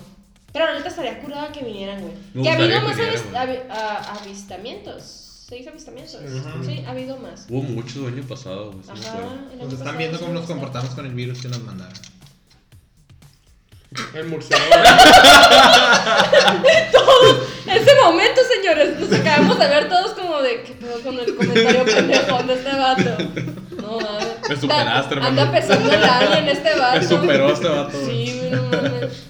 S1: Pero la neta estaría curada que vinieran, güey.
S3: Me
S1: Que ha habido
S3: gustaría
S1: más
S3: que
S1: avis-
S3: vinieran,
S1: avi- a- avistamientos. ¿Se dice avistamientos?
S2: Ajá.
S1: Sí, ha habido más.
S3: Hubo muchos el año pasado, güey. sí me
S1: Ajá,
S3: acuerdo.
S1: el año
S2: Nos
S1: pasado
S2: están viendo
S1: sí
S2: cómo
S1: me
S2: nos
S1: gusta.
S2: comportamos con el virus que nos mandaron.
S4: El murciélago.
S1: Todos, ese momento, señores, nos acabamos de ver todos como de qué pedo con el comentario pendejo de este vato. No, mames.
S3: Me superaste,
S1: Anda-
S3: hermano.
S1: Anda pesando el alien este vato.
S3: Me superó este vato.
S1: Sí, güey, no mames.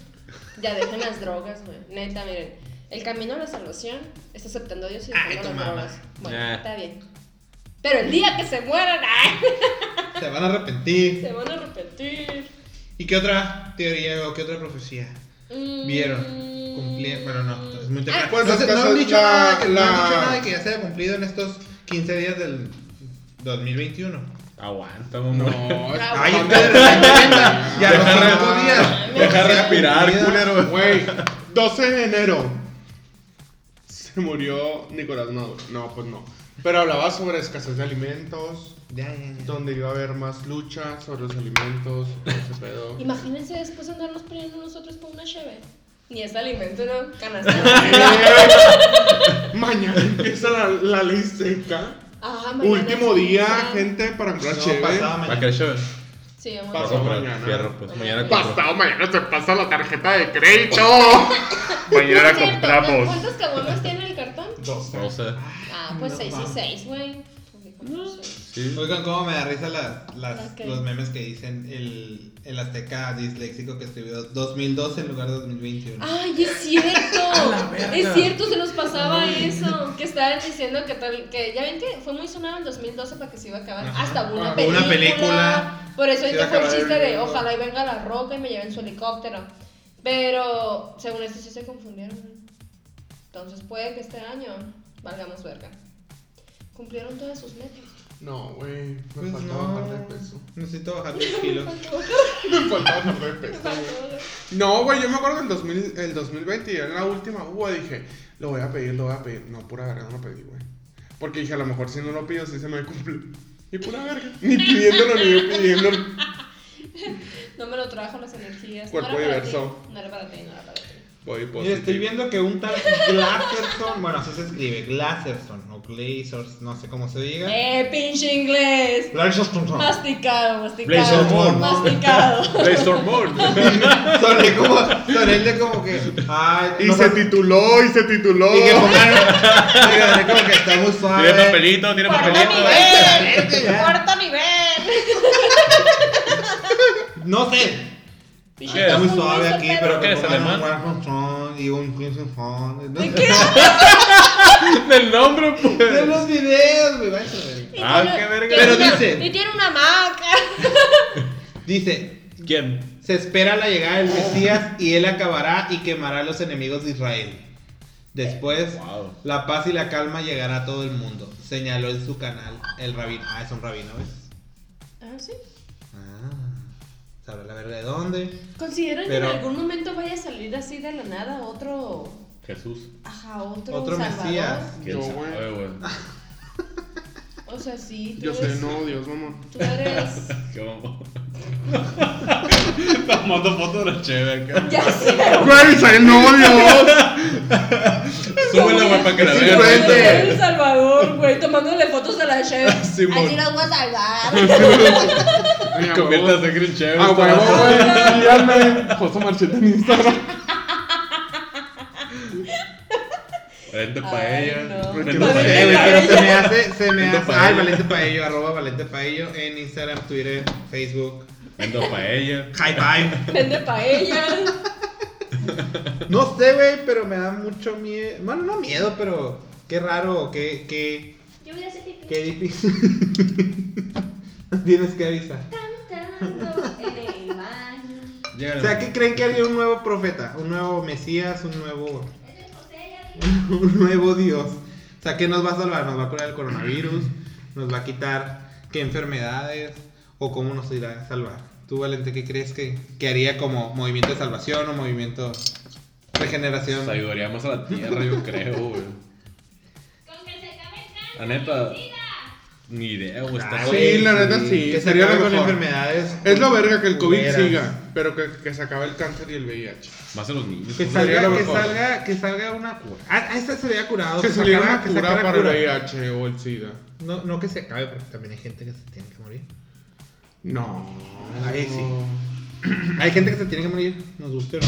S1: Ya dejen las drogas, güey. Neta, miren. El camino a la salvación es aceptando a Dios y
S2: Ay,
S1: dejando las
S2: tu mamá.
S1: drogas. Bueno,
S3: Ah.
S1: está bien. Pero el día que se mueran, *laughs* ¡ay!
S2: Se van a arrepentir.
S1: Se van a arrepentir.
S2: ¿Y qué otra teoría o qué otra profecía?
S1: Mm.
S2: Vieron, cumplieron, pero no, entonces muy temprano.
S1: Ah,
S4: ¿cuántas
S2: Entonces, no, han
S4: casas
S2: dicho
S4: este la-
S2: nada, que- no han
S4: la-
S2: dicho nada de que ya se haya cumplido en estos 15 días del 2021.
S3: Aguanta, mamá.
S4: No, es-
S1: Bravo.
S2: Ay,
S1: no,
S2: ustedes
S4: no.
S2: la neta, ya los
S3: Deja
S2: cinco
S4: re-
S2: días.
S3: deja
S2: Se ha
S3: respirar,
S2: cumplido.
S3: culero.
S4: Güey, 12 de enero. Se murió Nicolás Maduro. No, pues no. Pero hablaba sobre escasez de alimentos,
S2: Ya, ya, ya.
S4: donde iba a haber más lucha sobre los alimentos, todo ese pedo.
S1: Imagínense después andarnos peleando nosotros por una cheve. Ni es alimento, no, *laughs* canasta.
S4: Eh, Mañana empieza la, la ley seca.
S1: Ah, mañana
S4: Último
S1: sí,
S4: día,
S1: sí.
S4: gente, para
S2: No,
S4: comprar cheve.
S2: pasado
S3: Va a
S2: mañana.
S3: querer chévere.
S1: Sí, vamos
S4: Pasó
S1: a
S3: Vamos a comprar
S4: mañana.
S3: Fierro, pues mañana compro.
S4: Pasado mañana se pasa la tarjeta de crédito.
S1: No
S4: mañana
S1: es cierto, ¿no?
S4: compramos.
S1: ¿Cuántas caguamas tiene el cartón?
S4: Dos.
S3: No sé.
S1: Ah, pues
S2: No
S1: 6 y
S2: mames.
S1: 6, güey. Sí.
S3: Sí.
S2: Oigan, cómo me da risa las, las-
S1: Las que-
S2: los memes que dicen el, el azteca disléxico que escribió 2012 en lugar de 2021.
S4: Ah,
S1: Ay, es cierto. es cierto, se nos pasaba eso. Que estaban diciendo que, tal- que ya ven que fue muy sonado en 2012 para que se iba a acabar.
S2: Ajá.
S1: Hasta hubo una
S4: Ah,
S2: hubo
S1: película.
S2: una película.
S1: Por eso
S2: Se iba
S1: ahorita
S2: a
S1: fue el
S2: acabar el
S1: chiste de
S2: mundo.
S1: ojalá y venga la roca y me lleven su helicóptero. Pero según esto sí se confundieron. Entonces puede que este año valgamos verga. Cumplieron todas sus metas.
S4: No, güey. Me
S2: Pues
S4: faltaba
S2: no,
S4: bajar de peso.
S2: necesito bajar 10 kilos.
S4: *laughs* Me faltaba bajar de peso. güey. No, güey, yo me acuerdo que en 2000 el 2020 ya en la última uva dije, lo voy a pedir, lo voy a pedir. No, pura verga, no lo pedí, güey. Porque dije, a lo mejor si no lo pido, sí se me cumple. *laughs* Y pura verga. Ni pidiéndolo, ni yo pidiéndolo.
S1: No me lo trajo las energías.
S4: Cuerpo
S1: no era para ti.
S4: diverso.
S1: No era para ti, no era para ti.
S4: Voy
S2: Mira, estoy
S4: positivo.
S2: viendo que un tal Glaserson, bueno, así se escribe, Glaserson o Glazers, no sé cómo se diga.
S1: ¡Eh, pinche inglés!
S2: Glaserson.
S1: Masticado,
S3: Blazer
S1: masticado.
S3: Moore. *laughs*
S1: Masticado.
S3: Playstore Mode.
S2: Soné como, soné de como que, ay,
S4: Y
S2: no
S4: se
S2: sé,
S4: tituló, y se tituló.
S2: y que pongan, oiga, soné como que está muy
S3: Tiene
S2: suave.
S3: papelito, tiene
S1: ¡Cuarto
S3: papelito.
S2: Eh,
S1: nivel! ¡Cuarto nivel!
S2: No sé,
S3: ¿Qué
S2: Está
S3: es?
S2: muy suave aquí, pero
S3: ¿Qué
S2: que
S3: es,
S2: pongan
S3: alemán?
S2: un Glaserson y un Glaserson.
S1: ¿De qué?
S3: *laughs* Del nombre,
S2: De
S3: pues.
S2: los videos, güey, vaya a ver.
S1: Y
S3: Ah,
S1: tiene-
S3: qué verga.
S1: tiene
S2: Pero
S1: una-
S2: dice-
S1: Y tiene una maca.
S2: Dice,
S3: ¿Quién?
S2: se espera la llegada del Mesías y él acabará y quemará a los enemigos de Israel. Después,
S3: Wow.
S2: la paz y la calma llegará a todo el mundo, señaló en su canal el rabino. Ah, es un rabino, ¿ves?
S1: Ah, sí.
S2: Ah, sabrá la verga de dónde.
S1: ¿Consideran
S2: Pero-
S1: que en algún momento vaya a salir así de la nada otro.
S3: Jesús.
S1: Ajá, otro.
S2: Otro
S1: Salvador?
S2: Mesías.
S3: ¿Quién
S4: Yo, güey.
S3: sabe, güey?
S1: O sea, sí. Tú
S4: Yo
S1: eres,
S4: sé, no, Dios, mamá.
S1: Tú eres.
S3: ¿Qué *laughs* vamos? Tomando fotos de la chévere
S1: *laughs*
S3: acá.
S1: ya sé.
S4: Güey, soy no, Dios.
S3: *laughs* Súbela, güey, para que la
S4: Sí,
S3: vean.
S4: güey.
S1: Eres El Salvador, güey, tomándole fotos a la chef.
S3: Simón.
S1: Así las voy a salvar.
S4: Ay, a huevo.
S3: Conviértase en chévere.
S4: A huevo, güey. Síganme. José Marchete en Instagram.
S3: Vente pa'
S1: Ay,
S3: ella.
S1: no.
S3: Vente
S1: Valente
S2: No
S3: pa'
S2: sé, güey,
S3: ella.
S2: pero se me hace, se me
S3: Valente
S2: hace.
S3: Paello.
S2: Ay, Valente Paello, arroba Valente Paello en Instagram, Twitter, Facebook.
S3: Vente pa' ella.
S2: High five.
S1: Vende paellas.
S2: No sé, güey, pero me da mucho miedo. Bueno, no miedo, pero qué raro, qué, qué,
S5: Yo voy a hacer pipí.
S2: qué difícil. *laughs* Tienes que avisar.
S5: Cantando en el baño.
S2: O sea, ¿qué creen que había un nuevo profeta? Un nuevo Mesías, un nuevo,
S5: Es el José, ya
S2: *laughs*
S5: dijo.
S2: un nuevo Dios. O sea, ¿qué nos va a salvar? ¿Nos va a curar el coronavirus? ¿Nos va a quitar qué enfermedades? ¿O cómo nos irá a salvar? ¿Tú, Valente, qué crees que, que haría como movimiento de salvación o movimiento regeneración?
S3: Nos ayudaríamos a la tierra, yo creo, güey.
S5: Con que se acabe el
S3: La
S5: canto.
S3: neta.
S5: mi vida.
S3: Ni idea, güey. Está
S2: Ah,
S4: Sí,
S2: güey,
S4: la neta, sí.
S2: Que se
S4: Sería
S2: acabe
S4: lo
S2: con
S4: mejor.
S2: enfermedades.
S4: Es lo verga que el COVID
S2: culeras.
S4: siga, pero que, que se acabe el cáncer y el VIH.
S3: Más a los niños.
S2: Que
S3: ¿no?
S4: Sería
S2: salga,
S4: lo
S2: que
S4: mejor.
S2: salga, que salga una cura. Ah, ah, esta se había curado.
S4: Que
S2: se
S4: saliera
S2: sacara-
S4: una
S2: que
S4: cura
S2: sacara
S4: para el VIH o el SIDA.
S2: No, no que se acabe, porque también hay gente que se tiene que morir.
S4: No.
S2: Ahí sí. *clears throat* Hay gente que se tiene que morir, nos guste o no.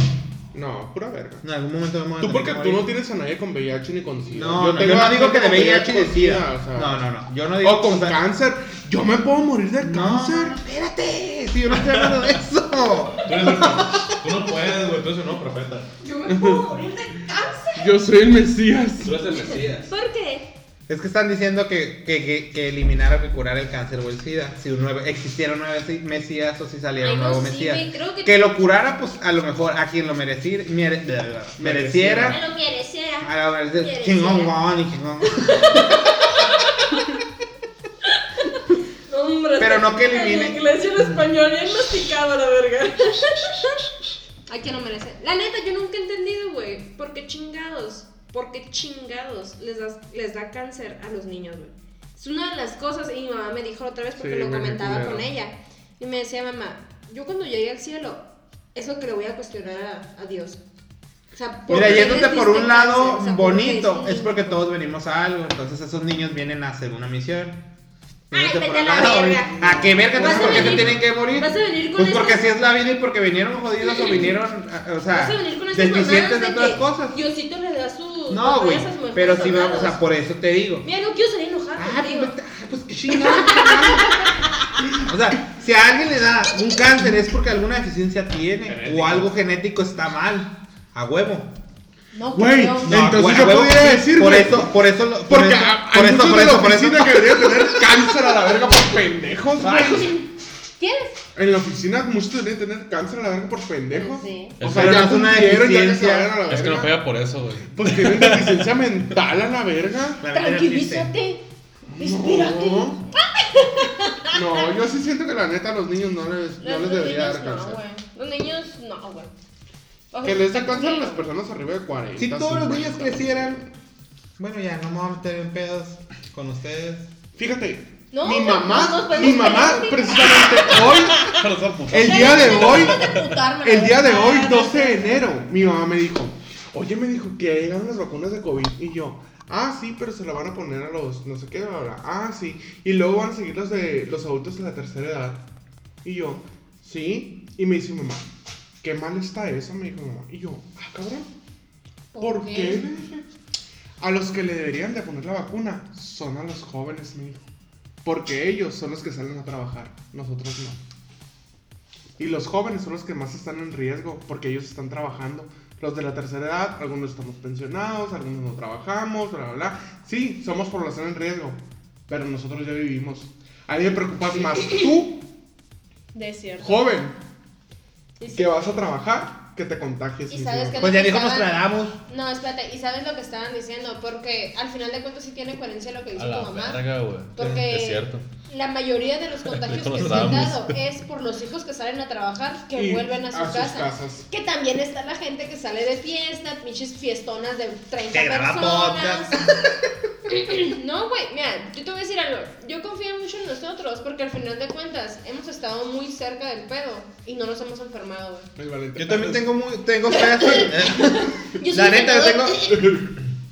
S4: No, pura verga.
S2: En algún momento vamos a
S4: Tú
S2: tener
S4: porque
S2: que
S4: tú no
S2: morir.
S4: tienes a nadie con VIH ni con SIDA.
S2: eh. No, no, yo,
S4: tengo a
S2: no
S4: gente
S2: digo que de
S4: con
S2: VIH y de
S4: con
S2: SIDA.
S4: o sea.
S2: no, no, no. Yo no digo
S4: O con
S2: o sea,
S4: cáncer. Yo me puedo morir de
S2: No,
S4: cáncer.
S2: espérate. Si yo no estoy hablando de eso.
S3: Tú, eres el pro- tú no puedes, güey. Tú eres el nuevo profeta.
S5: Yo me puedo morir de
S4: *laughs*
S5: cáncer.
S4: Yo soy el Mesías.
S3: Tú eres el Mesías.
S1: ¿Por qué?
S2: Es que están diciendo que, que, que, que eliminar o que curar el cáncer o el SIDA. Si un nuevo, existiera un nuevo si- Mesías o si saliera
S1: Ay,
S2: un
S1: no,
S2: nuevo
S1: sí,
S2: Mesías.
S1: güey, creo
S2: que...
S1: que-
S2: lo curara, pues a lo mejor a quien lo merecir, mere- bla, bla, bla, mereciera.
S5: Me lo Ah, mereciera.
S2: A la verdad,
S5: Mereciera.
S2: King of One y
S1: *laughs*
S2: King of-
S1: Hombre,
S2: Pero no que
S1: En
S2: elimine.
S1: inglés y en español, bien masticado, la verga. Ay, que no merece. La neta, yo nunca he entendido, güey. ¿Por qué chingados? ¿Por qué chingados les, das- les da cáncer a los niños, güey? Es una de las cosas, y mi mamá me dijo la otra vez porque
S4: Sí,
S1: lo
S4: güey, qué
S1: comentaba
S4: culero.
S1: con ella. Y me decía, mamá, yo cuando llegué al cielo, es lo que le voy a cuestionar a, a Dios. O sea, ¿por
S2: Mira,
S1: qué
S2: yéndote
S1: les
S2: por
S1: diste
S2: un lado
S1: cáncer? O sea, ¿por qué
S2: bonito,
S1: sí?
S2: es porque todos venimos a algo. Entonces esos niños vienen a hacer una misión.
S1: Ay,
S2: Yéndote
S1: vete a la verga.
S2: ¿A qué verga? Entonces,
S1: Vas a
S2: ¿por qué se
S1: venir-
S2: tienen que morir?
S1: Vas a venir con
S2: Pues porque
S1: esas-
S2: así es la vida y porque vinieron jodidos o vinieron, a- o sea,
S4: Ah,
S1: Vas a venir con esas
S2: deficientes
S1: mamadas
S2: de
S1: de
S2: otras
S1: que
S2: cosas.
S1: Diosito le da su.
S2: No, güey, pero si vamos,
S1: vamos
S2: o sea, por eso te digo.
S1: Mira, no quiero salir enojado
S2: Ah, pues,
S1: contigo.
S2: vete- ah, pues qué chingado. o sea, si a alguien le da un cáncer es porque alguna deficiencia tiene o
S3: Genético.
S2: algo genético está mal. A huevo.
S1: No,
S4: Güey,
S1: creo.
S4: no. Entonces
S2: a
S4: yo
S2: huevo.
S4: pudiera decir,
S2: Por
S4: güey.
S2: eso, por eso, lo- por
S4: Porque
S2: eso,
S4: a- a
S2: por eso,
S4: muchos
S2: por
S4: de la
S2: eso, por eso.
S4: oficina que deberían tener cáncer a la verga por pendejos, güey.
S2: Ay,
S1: ¿Quieres?
S4: En la oficina muchos deberían tener cáncer a la verga por pendejos.
S1: Sí.
S2: O
S3: Es
S2: sea,
S3: que-
S2: no es una
S4: cumplieron, ya que se
S2: deficiencia.
S4: vayan a la
S3: Es que no
S4: verga.
S3: pega por eso, güey.
S4: Pues tienen deficiencia mental a la verga.
S2: la verdad no existe.
S1: Tranquilízate. Espérate.
S4: No. No, yo sí siento que la neta a los niños no les, no les debería dar
S1: no,
S4: cáncer.
S1: güey. Los niños, no, güey. O sea,
S4: que les da cáncer a las personas arriba de 40.
S2: Si todos los niños
S4: 50.
S2: crecieran, bueno, ya no me voy a meter en pedos con ustedes.
S4: Fíjate,
S1: No,
S4: mi
S1: no, no
S4: mamá,
S1: nos podemos
S4: mi mamá
S1: pelear.
S4: precisamente hoy, el día de
S1: no
S4: hoy,
S1: dejes de putarme,
S4: el día de
S1: no,
S4: hoy,
S1: no, no.
S4: 12 de enero, mi mamá me dijo, oye, me dijo que ya llegaron las vacunas de COVID y yo, ah, sí, pero se la van a poner a los, no sé qué, bla, bla, ah, sí, y luego van a seguir los de los adultos de la tercera edad. Y yo, sí, y me dice mi mamá, qué mal está eso, me dijo mi mamá. Y yo, ah, cabrón, ¿por qué? le dije? A los que le deberían de poner la vacuna son a los jóvenes, me dijo. Porque ellos son los que salen a trabajar, nosotros no. Y los jóvenes son los que más están en riesgo porque ellos están trabajando. Los de la tercera edad, algunos estamos pensionados, algunos no trabajamos, bla, bla, bla. Sí, somos población en riesgo, pero nosotros ya vivimos. A mí me preocupas más tú,
S1: De cierto.
S4: joven,
S1: Y sí.
S4: que vas a trabajar, que te contagies.
S1: Y
S4: mi
S1: sabes
S4: señor.
S1: que-
S2: Pues ya dijo
S1: Estaban-
S2: Nostradamus.
S1: No, espérate, y sabes lo que estaban diciendo, porque al final de cuentas sí tiene coherencia lo que dice
S3: A
S1: tu
S3: la
S1: mamá.
S3: verga, güey.
S1: Porque
S3: Es cierto.
S1: la mayoría de los contagios
S3: Lo
S1: que se han
S3: sabemos.
S1: dado es por los hijos que salen a trabajar, que
S4: Y
S1: vuelven a, su
S4: a sus
S1: casa.
S4: casas.
S1: Que también está la gente que sale de fiesta, pinches fiestonas de 30
S2: Que graba
S1: personas. *laughs* no, güey, mira, yo te voy a decir algo. Yo confío mucho en nosotros porque al final de cuentas hemos estado muy cerca del pedo y no nos hemos enfermado, güey.
S4: El Valentín.
S2: Yo también tengo muy, *laughs* tengo pedos. eh.
S1: Yo
S2: La
S1: soy
S2: neta, yo
S1: senador.
S2: tengo.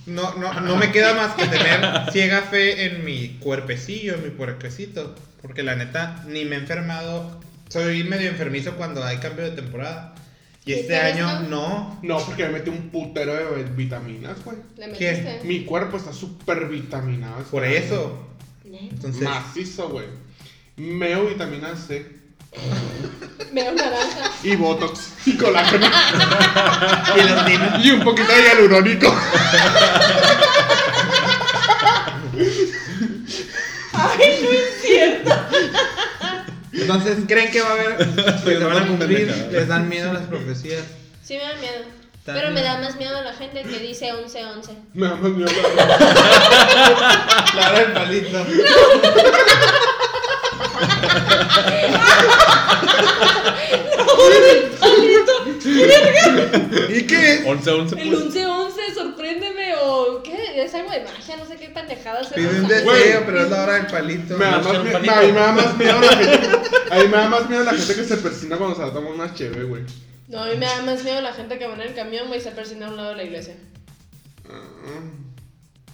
S2: No, no, no me queda más que tener ciega fe en mi cuerpecillo, en mi puerquecito. Porque la neta, ni me he enfermado. Soy medio enfermizo cuando hay cambio de temporada. Y
S1: ¿Y
S2: este
S1: te
S2: año
S1: gusta?
S2: no.
S4: *laughs* No, porque me metí un putero de vitaminas, güey.
S1: ¿Le
S2: ¿Qué?
S1: metiste?
S4: Mi cuerpo está súper vitaminado.
S2: Por eso.
S1: Neta.
S2: Entonces,
S4: Macizo, güey. Meo vitamina C.
S1: Veo naranja.
S4: Y botox.
S2: *laughs*
S4: Y colágeno.
S2: gelatina.
S4: y un poquito de hialurónico.
S1: Ay, no es cierto.
S2: Entonces, ¿creen que va a haber?
S4: *laughs*
S2: Pues se van a cumplir. Les dan miedo las profecías.
S1: Sí me da miedo.
S2: Está
S1: Pero me
S2: bien.
S1: da más miedo la gente que dice 11-11.
S4: Me da más miedo. la-
S2: Claro, el palito.
S4: ¿Y qué es?
S3: 11
S2: *laughs*
S3: 11
S1: El 11-11, sorpréndeme o qué, es algo de magia, no sé qué pendejada se
S2: Pide un
S4: Güey.
S2: deseo, pero es la hora del palito.
S4: Me da más
S3: Marcha un
S4: mie-
S3: palito.
S4: a mí me da más miedo la gente. A mí me da más miedo la gente que se persina cuando se la toma una chévere, güey.
S1: No, a mí me da más miedo la gente que va en el camión güey, y se persina a un lado de la iglesia.
S4: Ah.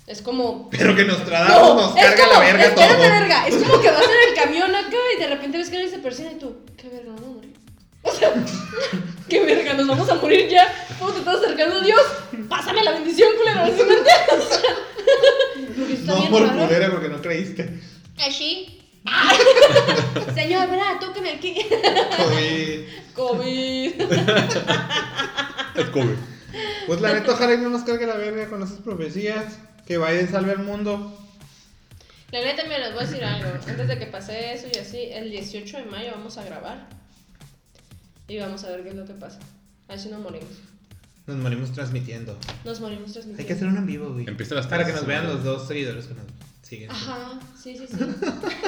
S1: Es como...
S2: Pero que Nostradamus Ah, nos carga la verga todo.
S1: espérate, verga. Es como que vas en el camión acá y de repente ves que alguien se persina y tú, qué verga, no, hombre. O sea, *laughs* qué verga, nos vamos a morir ya. ¿Cómo te estás acercando a Dios? Pásame la bendición, culero. ¿sí me entiendes? *laughs* Lo que está
S2: No
S1: bien
S2: por
S1: raro.
S2: culera porque no creíste.
S1: Así. Señor, verá, tóqueme aquí. *laughs*
S2: Oye,
S1: COVID.
S3: Es COVID.
S2: Pues la neta, ojalá y no nos cargue la verga con esas profecías. Que Biden salve al mundo.
S1: La neta, me les voy a decir algo. Antes de que pase eso y así, el 18 de mayo vamos a grabar. Y vamos a ver qué es lo que pasa. A ver si no morimos.
S2: Nos morimos transmitiendo.
S1: Nos morimos transmitiendo.
S2: Hay que hacer un en vivo, güey.
S3: Empieza a las
S2: Para que
S3: tres,
S2: nos vean
S3: ¿no?
S2: los dos seguidores que nos siguen.
S1: Ajá, sí, sí, sí.
S2: *laughs*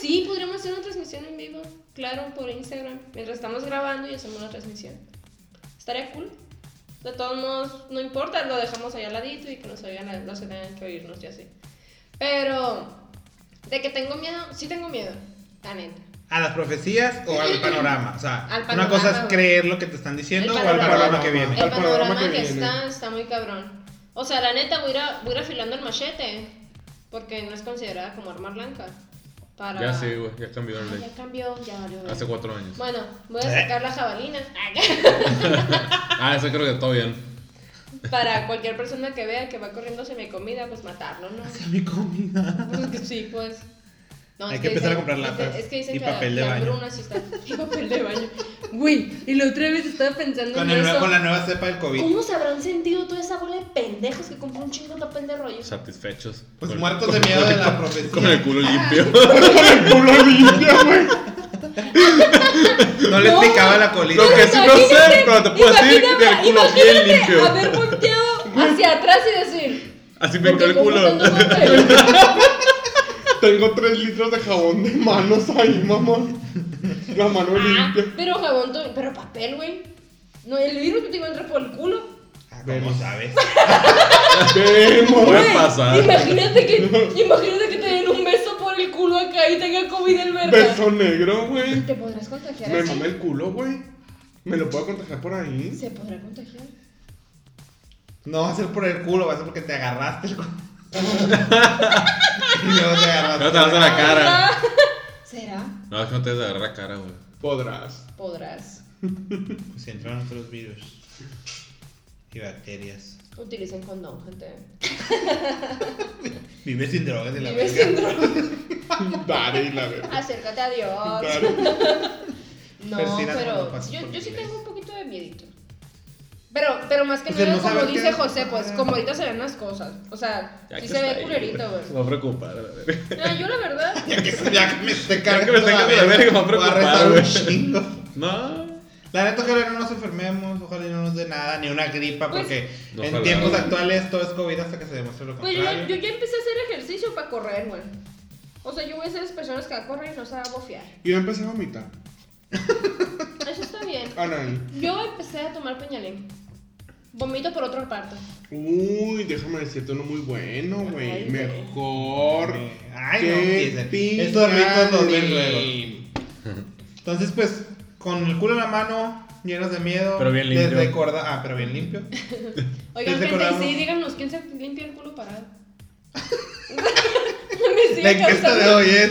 S1: sí, podríamos hacer una transmisión en vivo, claro, por Instagram. Mientras estamos grabando y hacemos una transmisión. Estaría cool. De todos modos, no importa, lo dejamos ahí al ladito y que nos oigan a- los que tengan que oírnos y así. Pero, de que tengo miedo, sí tengo miedo, la neta.
S2: ¿A las profecías o al panorama? O sea,
S1: Al
S2: una cosa es
S1: panorama, güey.
S2: creer lo que te están diciendo
S1: El
S2: o al
S1: panorama.
S2: panorama que
S4: El
S2: viene.
S1: El
S4: Al panorama
S1: panorama que,
S4: que viene.
S1: está está muy cabrón. O sea, la neta, voy a ir, a- voy a ir afilando el machete, porque no es considerada como arma blanca. Para...
S3: Ya sí, güey, ya cambió la
S1: Ah,
S3: ley.
S1: ya cambió, ya valió.
S3: Hace cuatro años.
S1: Bueno, voy a sacar la jabalina
S3: Ah, eso creo que todo bien.
S1: para cualquier persona que vea que va corriendo hacia mi comida, pues matarlo, ¿no? *laughs*
S2: Hacia mi comida.
S1: Pues que sí, pues. No,
S2: Hay
S1: es
S2: que empezar
S1: dicen-
S2: a comprar latas
S1: dice- Es que dicen
S2: y
S1: que
S2: papel de
S1: la
S2: baño.
S1: hambruna sí está. *laughs* Y papel de baño. Güey, y la otra vez estaba pensando
S2: Con,
S1: en
S2: el-
S1: eso.
S2: con la nueva cepa del COVID.
S1: ¿Cómo se habrán sentido toda esa bola de pendejos que compró un chingo de papel de rollo?
S3: Satisfechos.
S2: Pues
S3: Con-
S2: muertos de miedo de la profecía.
S3: Con el culo
S1: *laughs*
S3: limpio.
S4: Con el culo limpio, güey.
S2: No les
S1: No.
S2: picaba la colita.
S3: Lo que sí no sé,
S1: Imagínate,
S3: pero te puedo decir que el culo
S1: imagínate
S3: bien limpio.
S1: Haber volteado hacia atrás y decir.
S3: *laughs* Así me quedó
S1: "Porque
S3: el
S1: como
S3: culo.
S1: tanto
S3: *laughs*
S1: papel".
S4: Tengo 3 litros de jabón de manos ahí, mamón. La mano
S1: Ah,
S4: limpia.
S1: pero jabón, to- pero papel, güey. No, el virus no te iba a entrar por el culo.
S2: Ah, ¿Cómo sabes?
S4: Vemos.
S3: Puede
S1: Güey,
S3: pasar.
S1: Imagínate
S3: *laughs*
S1: que, imagínate que te den un beso por el culo acá y tenga COVID el verga.
S4: Beso negro, güey.
S1: ¿Te podrás contagiar
S4: Me
S1: así?
S4: mamé el culo, güey. ¿Me lo puedo contagiar por ahí?
S1: ¿Se podrá contagiar?
S2: No va a ser por el culo, va a ser porque te agarraste *laughs* el culo. no te agarraste.
S3: No te vas a la cara.
S1: Ah, *laughs* ¿Será?
S3: No, es que no te vas a agarrar la cara, güey.
S4: Podrás.
S1: Podrás.
S2: Pues entraron otros virus y bacterias.
S1: Utilicen condón, gente.
S2: Vive sin drogas y la
S1: Vive
S2: verga.
S1: sin drogas.
S3: *laughs*
S4: Dale, la verdad.
S1: Acércate a Dios.
S4: Dale.
S1: No,
S2: Persínate cuando
S1: pero
S2: pases
S1: yo,
S2: por
S1: yo sí
S2: iglesia.
S1: tengo un poquito de miedito. Pero, pero más que
S2: Pues de
S1: nada,
S2: no
S1: como
S2: saber qué
S1: dice
S2: es.
S1: José, pues, como ahorita se ven las cosas. O sea,
S3: Ya
S1: sí
S3: que
S1: se
S3: está
S1: ve
S3: ahí,
S1: culerito, güey.
S3: Se va a preocupar, la verga.
S1: No, yo la
S2: *laughs*
S1: verdad.
S2: Ya que, ya que me esté
S3: Ya que
S2: cargando
S3: me esté cargando la verga, me va
S2: voy
S3: a
S2: a
S3: preocupar,
S2: rezar un
S3: güey.
S2: chingo.
S3: No.
S2: La neta, ojalá no nos enfermemos, ojalá no nos dé nada, ni una gripa,
S1: Pues-
S2: porque
S3: No,
S2: en
S3: ojalá.
S2: tiempos actuales todo es COVID hasta que se demuestre lo
S1: Pues
S2: contrario.
S1: yo, ya- yo ya empecé a hacer ejercicio para correr, güey. O sea, yo voy a ser de esas personas que corren y no se va a bofear.
S4: Yo empecé a vomitar.
S1: Eso está bien.
S4: Anaí.
S1: Yo empecé a tomar peñalín. Vomito por otro parto.
S4: Uy, déjame decirte uno muy bueno,
S1: Ay, güey.
S4: güey. Mejor.
S2: Ay,
S4: que
S2: no empiecen. Estos ricos los ven luego. Entonces, pues, con el culo en la mano, llenos de miedo.
S3: Pero bien
S2: les
S3: limpio.
S2: recorda- ah, pero bien limpio.
S1: Oigan,
S2: Desde
S1: gente, y
S2: Colorado.
S1: sí, díganos quién se limpia el culo
S2: *laughs*
S1: parado. *laughs* Me sigue
S2: La encuesta de
S1: causando-
S2: hoy es: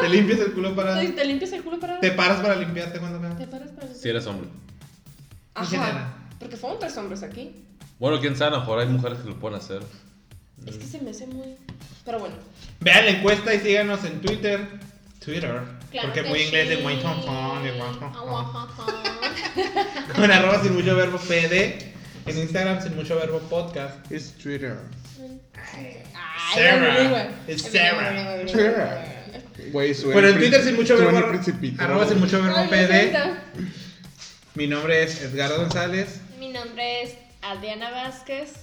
S2: ¿te limpias el culo para.?
S1: Te- ¿Te limpias el culo parado?
S2: ¿Te paras para limpiarte cuando
S1: ¿Te
S2: veas?
S1: paras para
S3: Si eres hombre.
S1: Ajá.
S2: general.
S1: Porque fueron tres hombres aquí.
S3: Bueno, quién sabe, a lo mejor hay mujeres que lo pueden hacer.
S1: Es que se me hace muy. Pero bueno.
S2: Vean la encuesta y síganos en Twitter. Twitter. porque
S1: que
S2: muy inglés de
S1: sí.
S2: muy Hong Kong, de Hong
S1: Ah,
S2: Kong.
S1: guajaja.
S2: *laughs* Con arroba sin mucho verbo PD. En Instagram sin mucho verbo podcast.
S4: Es Twitter.
S1: Ay,
S2: Sarah.
S1: la bilingüe.
S2: Es Sarah.
S4: Sarah. Güey, suena.
S2: Bueno, en Twitter sin mucho verbo.
S4: suena principito.
S2: Arroba sin mucho verbo
S1: Ay, me
S2: PD.
S1: encanta.
S2: Mi nombre es Edgardo
S4: *laughs*
S2: González.
S1: Mi nombre es Adriana Vázquez.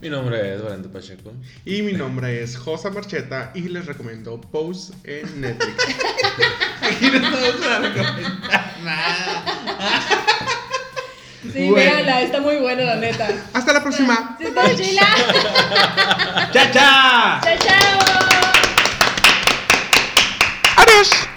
S3: Mi nombre es Valente Pacheco.
S4: Y mi nombre es Josa Marcheta y les recomiendo Pose en Netflix.
S2: Aquí no estamos para recomendar nada.
S1: Sí,
S2: Bueno.
S1: véanla, está muy buena la neta.
S4: Hasta la próxima.
S1: Sí, está chila.
S2: ¡Cha, cha!
S1: Chao, chao.
S4: Adiós.